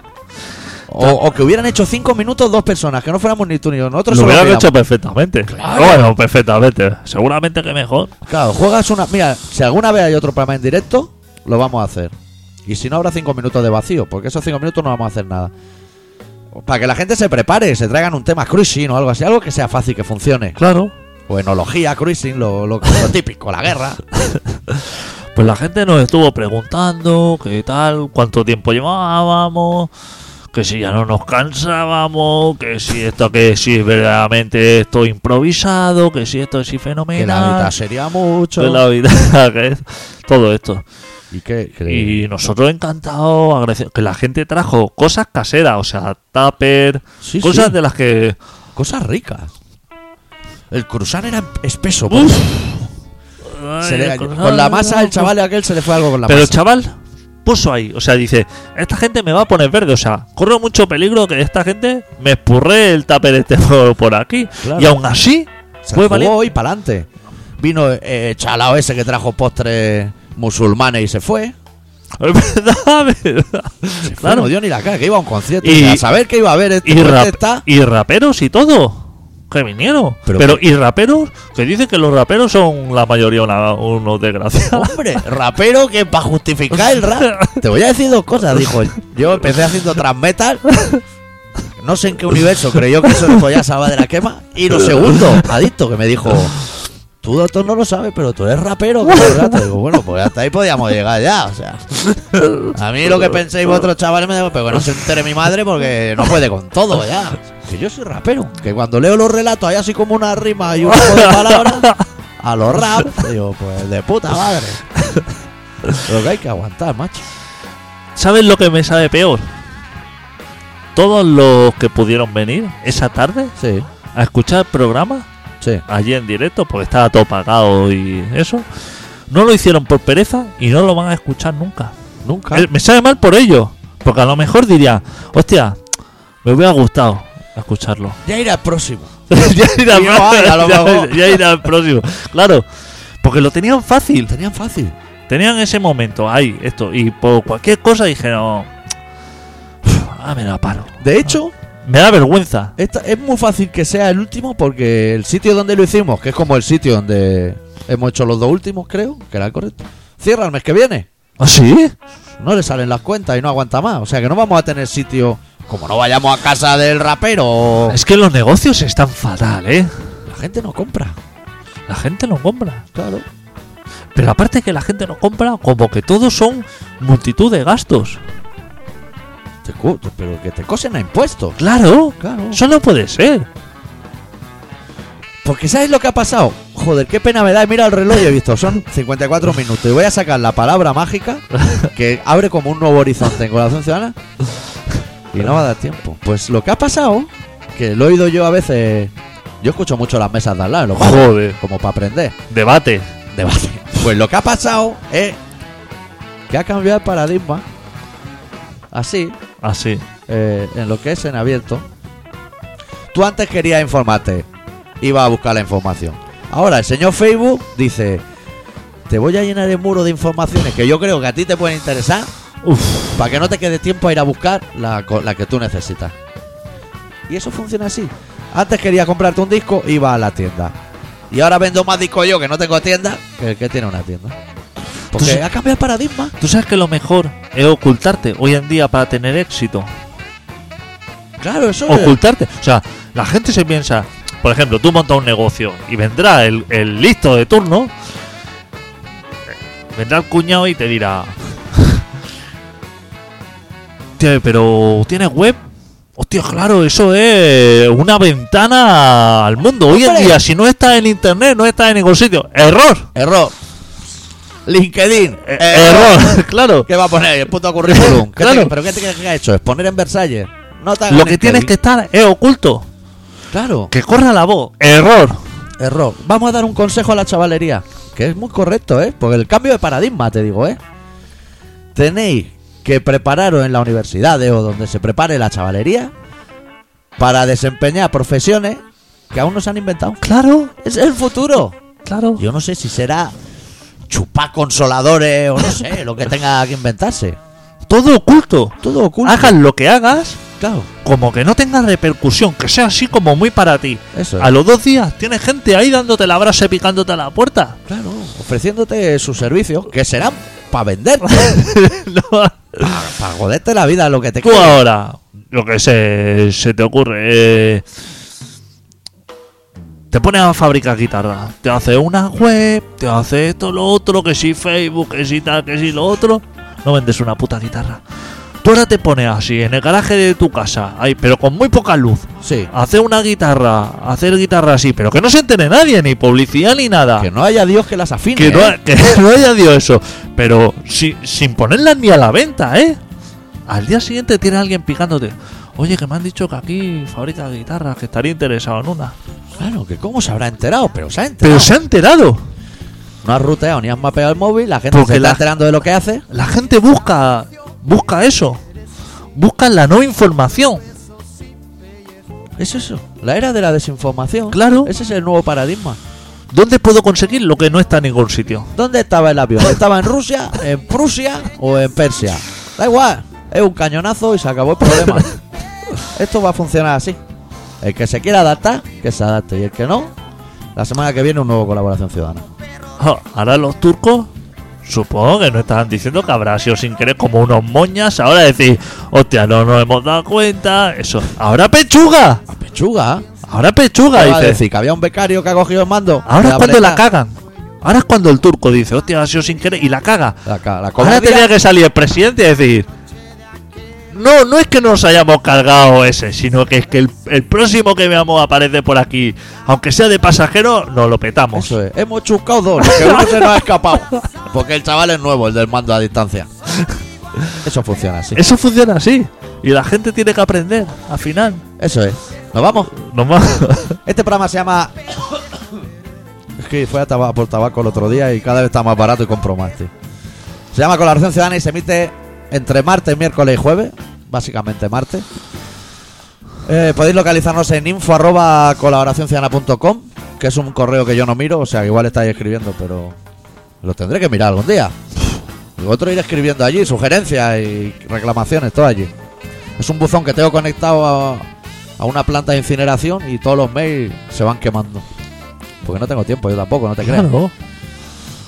[SPEAKER 1] O, o que hubieran hecho cinco minutos dos personas, que no fuéramos ni tú ni yo. Nosotros
[SPEAKER 2] Lo
[SPEAKER 1] solo
[SPEAKER 2] hubieran
[SPEAKER 1] miramos.
[SPEAKER 2] hecho perfectamente. Bueno, perfectamente. Seguramente que mejor.
[SPEAKER 1] Claro, juegas una. Mira, si alguna vez hay otro programa en directo, lo vamos a hacer. Y si no, habrá cinco minutos de vacío, porque esos cinco minutos no vamos a hacer nada. Para que la gente se prepare, se traigan un tema cruising o algo así, algo que sea fácil, que funcione.
[SPEAKER 2] Claro.
[SPEAKER 1] O enología, cruising, lo, lo- lo típico, la
[SPEAKER 2] (laughs)
[SPEAKER 1] guerra.
[SPEAKER 2] Pues la gente nos estuvo preguntando qué tal, cuánto tiempo llevábamos, que si ya no nos cansábamos, que si esto, que si verdaderamente esto improvisado, que si esto es
[SPEAKER 1] Que la
[SPEAKER 2] fenomenal,
[SPEAKER 1] mitad sería mucho.
[SPEAKER 2] que la vida, (laughs) que es todo esto.
[SPEAKER 1] Y que. que-
[SPEAKER 2] Y nosotros encantados, agradecidos, que la gente trajo cosas caseras, o sea, tupper,
[SPEAKER 1] Sí,
[SPEAKER 2] cosas
[SPEAKER 1] sí.
[SPEAKER 2] de las que...
[SPEAKER 1] Cosas ricas. El cruzán era espeso.
[SPEAKER 2] Uf.
[SPEAKER 1] Se le-
[SPEAKER 2] Ay,
[SPEAKER 1] con la masa, el chaval aquel se le fue algo con la
[SPEAKER 2] Pero el
[SPEAKER 1] masa.
[SPEAKER 2] chaval puso ahí, o sea, dice, esta gente me va a poner verde, o sea, corro mucho peligro que esta gente me espurre el tupper este por, por aquí.
[SPEAKER 1] Claro.
[SPEAKER 2] Y aún así,
[SPEAKER 1] Se
[SPEAKER 2] fue
[SPEAKER 1] jugó
[SPEAKER 2] valiente. (laughs)
[SPEAKER 1] y para adelante. Vino eh, Chalao ese que trajo postres musulmanes y se fue.
[SPEAKER 2] Es verdad, es verdad.
[SPEAKER 1] Se fue,
[SPEAKER 2] Claro.
[SPEAKER 1] No dio ni la cara, que iba a un concierto.
[SPEAKER 2] Y-
[SPEAKER 1] Y, a saber que iba a haber este
[SPEAKER 2] Y,
[SPEAKER 1] este
[SPEAKER 2] rap-
[SPEAKER 1] está.
[SPEAKER 2] y raperos y todo. Que vinieron. Pero,
[SPEAKER 1] Pero-
[SPEAKER 2] y raperos, que dicen que los raperos son la mayoría una- unos desgraciados.
[SPEAKER 1] (laughs) Hombre, rapero que para justificar el rap. Te voy a decir dos cosas, dijo. Yo empecé haciendo transmetal. No sé en qué universo creyó que eso le podía salvar de la quema. Y lo segundo, adicto, que me dijo: Tú, doctor, no lo sabes, pero tú eres rapero. claro, ¿verdad?". Te digo, bueno, pues hasta ahí podíamos llegar ya. O sea, a mí lo que penséis vosotros, chavales, me digo, pero que no se entere mi madre porque no puede con todo ya. Que yo soy rapero. Que cuando leo los relatos hay así como una rima y un poco de palabras a los rap. te Digo, pues de puta madre. Lo que hay que aguantar, macho.
[SPEAKER 2] ¿Sabes lo que me sabe peor? Todos los que pudieron venir esa tarde
[SPEAKER 1] Sí,
[SPEAKER 2] a escuchar el programa
[SPEAKER 1] sí.
[SPEAKER 2] allí en directo porque estaba todo pagado y eso. No lo hicieron por pereza y no lo van a escuchar nunca.
[SPEAKER 1] Nunca.
[SPEAKER 2] Eh, Me sabe mal por ello, porque a lo mejor diría, hostia, me hubiera gustado escucharlo. (laughs)
[SPEAKER 1] Ya irá el próximo.
[SPEAKER 2] ya irá
[SPEAKER 1] Sí, vaya, a lo
[SPEAKER 2] (laughs) ya-
[SPEAKER 1] mejor.
[SPEAKER 2] ya irá el próximo. Claro, porque lo tenían fácil,
[SPEAKER 1] Lo tenían fácil.
[SPEAKER 2] tenían ese momento ahí, esto, y por cualquier cosa dijeron, "Uf, ah, me la paro.
[SPEAKER 1] De hecho,
[SPEAKER 2] Me da vergüenza.
[SPEAKER 1] esta- es muy fácil que sea el último porque el sitio donde lo hicimos, que es como el sitio donde hemos hecho los dos últimos, creo, que era el correcto, cierra el mes que viene.
[SPEAKER 2] ¿Ah, sí?
[SPEAKER 1] No le salen las cuentas y no aguanta más. O sea que no vamos a tener sitio. Como no vayamos a casa del rapero,
[SPEAKER 2] Es que los negocios están fatal, ¿eh?
[SPEAKER 1] la gente no compra.
[SPEAKER 2] La gente lo compra.
[SPEAKER 1] Claro.
[SPEAKER 2] Pero aparte que la gente no compra, como que todos son multitud de gastos.
[SPEAKER 1] Te cu- pero que te cosen a impuestos.
[SPEAKER 2] Claro,
[SPEAKER 1] Claro.
[SPEAKER 2] eso no puede ser.
[SPEAKER 1] Porque ¿sabes lo que ha pasado? Joder, qué pena me da. Mira el reloj y he visto, son 54 minutos. Y voy a sacar la palabra mágica que abre como un nuevo horizonte en Corazón Ciudadana. Y no va a dar tiempo. Pues lo que ha pasado, que lo he oído yo a veces. Yo escucho mucho las mesas de al lado, lo-
[SPEAKER 2] Joder,
[SPEAKER 1] como para aprender.
[SPEAKER 2] debate.
[SPEAKER 1] Debate. Pues lo que ha pasado es que ha cambiado el paradigma. Así,
[SPEAKER 2] Así.
[SPEAKER 1] eh, en lo que es en abierto. Tú antes querías informarte, iba a buscar la información. Ahora el señor Facebook dice, te voy a llenar el muro de informaciones que yo creo que a ti te pueden interesar
[SPEAKER 2] Uf,
[SPEAKER 1] para que no te quede tiempo a ir a buscar la, co- la que tú necesitas. Y eso funciona así. Antes quería comprarte un disco, iba a la tienda. Y ahora vendo más discos yo que no tengo tienda que el que tiene una tienda. Porque
[SPEAKER 2] Entonces-
[SPEAKER 1] ha cambiado el paradigma.
[SPEAKER 2] tú sabes que lo mejor es ocultarte hoy en día para tener éxito.
[SPEAKER 1] Claro, eso es-
[SPEAKER 2] Ocultarte. O sea, la gente se piensa, por ejemplo, tú montas un negocio y vendrá el, el listo de turno, vendrá el cuñado y te dirá, (laughs) "Tío, pero ¿tienes web? Hostia, claro, eso es una ventana al mundo. Hoy en
[SPEAKER 1] Hombre.
[SPEAKER 2] día, si no estás en internet, no estás en ningún sitio. ¡Error!
[SPEAKER 1] Error. LinkedIn.
[SPEAKER 2] Eh,
[SPEAKER 1] error.
[SPEAKER 2] ¡Error! (laughs)
[SPEAKER 1] (laughs)
[SPEAKER 2] claro.
[SPEAKER 1] ¿Qué va a poner? El puto currículum. ¿Qué te-
[SPEAKER 2] Claro.
[SPEAKER 1] ¿Pero qué, te, crees que ha hecho? ¿Es poner en Versalles? No te hagas
[SPEAKER 2] Lo que
[SPEAKER 1] LinkedIn.
[SPEAKER 2] tienes que estar es oculto.
[SPEAKER 1] Claro.
[SPEAKER 2] Que corra la voz. ¡Error!
[SPEAKER 1] Error. Vamos a dar un consejo a la chavalería. Que es muy correcto, ¿eh? Porque el cambio de paradigma, te digo, ¿eh? Tenéis que prepararos en las universidades o donde se prepare la chavalería para desempeñar profesiones que aún no se han inventado.
[SPEAKER 2] Claro,
[SPEAKER 1] Es el futuro.
[SPEAKER 2] claro.
[SPEAKER 1] Yo no sé si será chupar consoladores o no sé, lo que tenga que inventarse.
[SPEAKER 2] Todo oculto.
[SPEAKER 1] Todo oculto.
[SPEAKER 2] Hagas lo que hagas,
[SPEAKER 1] claro.
[SPEAKER 2] como que no tenga repercusión, que sea así como muy para ti.
[SPEAKER 1] Eso es.
[SPEAKER 2] A los dos días tienes gente ahí dándote la brasa y picándote a la puerta. (laughs)
[SPEAKER 1] Claro, ofreciéndote sus servicios, que serán para venderte,
[SPEAKER 2] (laughs) No,
[SPEAKER 1] para joderte la vida, lo que te
[SPEAKER 2] tú
[SPEAKER 1] quede.
[SPEAKER 2] ahora, lo que se, se te ocurre, eh, te pones a fabricar guitarra, te hace una web, te hace esto, lo otro, que si Facebook, que si tal, que si lo otro, no vendes una puta guitarra. Tú ahora te pones así, en el garaje de tu casa, ahí, pero con muy poca luz,
[SPEAKER 1] Sí,
[SPEAKER 2] hacer una guitarra, hacer guitarra así, pero que no se entere nadie, ni publicidad ni nada.
[SPEAKER 1] que no haya Dios que las afine.
[SPEAKER 2] Que no,
[SPEAKER 1] ¿eh?
[SPEAKER 2] ha- que (laughs) no haya dicho eso. Pero si- sin ponerla ni a la venta, ¿eh? Al día siguiente tiene alguien picándote. Oye, que me han dicho que aquí fabrica guitarras, que estaría interesado en una.
[SPEAKER 1] Claro, que cómo se habrá enterado, pero se ha enterado.
[SPEAKER 2] Pero se ha enterado.
[SPEAKER 1] No has ruteado ni has mapeado el móvil, la gente
[SPEAKER 2] Porque
[SPEAKER 1] se está
[SPEAKER 2] la-
[SPEAKER 1] enterando de lo que hace.
[SPEAKER 2] La gente busca, busca eso. Busca la no información.
[SPEAKER 1] Es eso, la era de la desinformación.
[SPEAKER 2] Claro.
[SPEAKER 1] Ese es el nuevo paradigma.
[SPEAKER 2] ¿Dónde puedo conseguir lo que no está en ningún sitio?
[SPEAKER 1] ¿Dónde estaba el avión? ¿Estaba en Rusia, en Prusia o en Persia? Da igual, es un cañonazo y se acabó el problema. Esto va a funcionar así. El que se quiera adaptar, que se adapte. Y el que no, la semana que viene un nuevo colaboración ciudadana.
[SPEAKER 2] Ah, Ahora los turcos, supongo que no estaban diciendo que habrá sido sin querer como unos moñas. Ahora decir, hostia, no nos hemos dado cuenta. Eso. Ahora pechuga.
[SPEAKER 1] A pechuga, ¿eh?
[SPEAKER 2] Ahora
[SPEAKER 1] ¿Qué
[SPEAKER 2] pechuga,
[SPEAKER 1] va a
[SPEAKER 2] dice.
[SPEAKER 1] decir? Que había un becario que ha cogido el mando.
[SPEAKER 2] Ahora es
[SPEAKER 1] La
[SPEAKER 2] cuando la
[SPEAKER 1] brecha.
[SPEAKER 2] cagan. Ahora es cuando el turco dice, hostia, ha sido sin querer, y la caga.
[SPEAKER 1] La, ca- la
[SPEAKER 2] Ahora
[SPEAKER 1] cobardía.
[SPEAKER 2] tenía que salir el presidente y decir, no, no es que nos hayamos cargado ese, sino que es que el, el próximo que veamos aparece por aquí, aunque sea de pasajero, nos lo petamos.
[SPEAKER 1] Eso es. Hemos chuscado dos, lo que uno se nos ha escapado. Porque el chaval es nuevo, el del mando a distancia. Eso funciona así.
[SPEAKER 2] Eso funciona así. Y la gente tiene que aprender, al final.
[SPEAKER 1] Eso es. ¿Nos vamos?
[SPEAKER 2] No más.
[SPEAKER 1] Este programa se llama. (coughs) Es que fue a taba- por tabaco el otro día y cada vez está más barato y compro más, tío. Se llama Colaboración Ciudadana y se emite entre martes, miércoles y jueves. Básicamente martes. Eh, podéis localizarnos en info arroba colaboracionciudadana.com, que es un correo que yo no miro, o sea que igual estáis escribiendo, pero lo tendré que mirar algún día. Y otro ir escribiendo allí, sugerencias y reclamaciones, todo allí. Es un buzón que tengo conectado a, a una planta de incineración y todos los mails se van quemando. Porque no tengo tiempo, yo tampoco, no te creas.
[SPEAKER 2] Claro.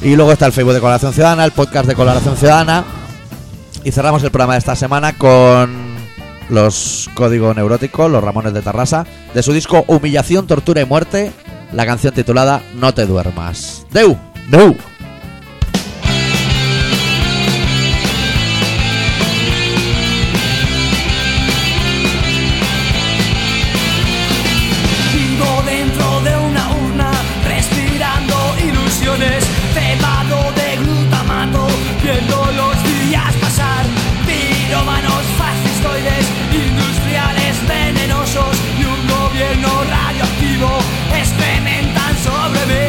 [SPEAKER 1] Y luego está el Facebook de Colaboración Ciudadana, el podcast de Colaboración Ciudadana. Y cerramos el programa de esta semana con los códigos neuróticos, los Ramones de Tarrasa, de su disco Humillación, Tortura y Muerte, la canción titulada No te duermas. Deu.
[SPEAKER 2] No.
[SPEAKER 9] Vivo dentro de una urna, respirando ilusiones, cebado de glutamato, viendo los días pasar. Pirómanos fascistoides, industriales venenosos y un gobierno radioactivo experimentan sobre mí.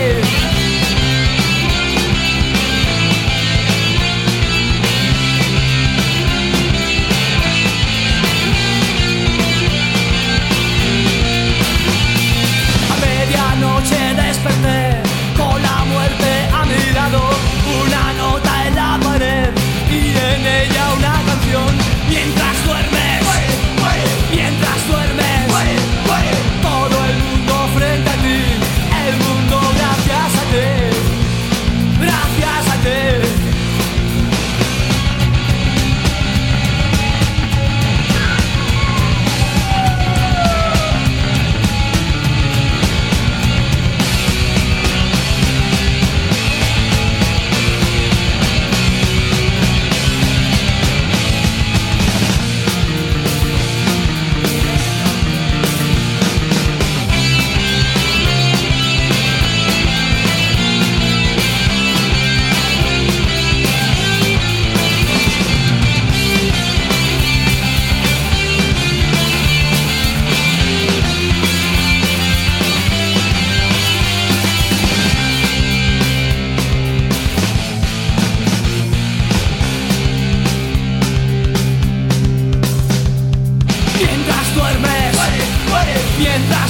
[SPEAKER 9] A medianoche desperté con la muerte a mi lado, una nota en la pared y en ella una canción. Mientras duermes, mientras duermes, todo el mundo frente a ti, el mundo gracias a ti, gracias a ti. Mientras duermes, mientras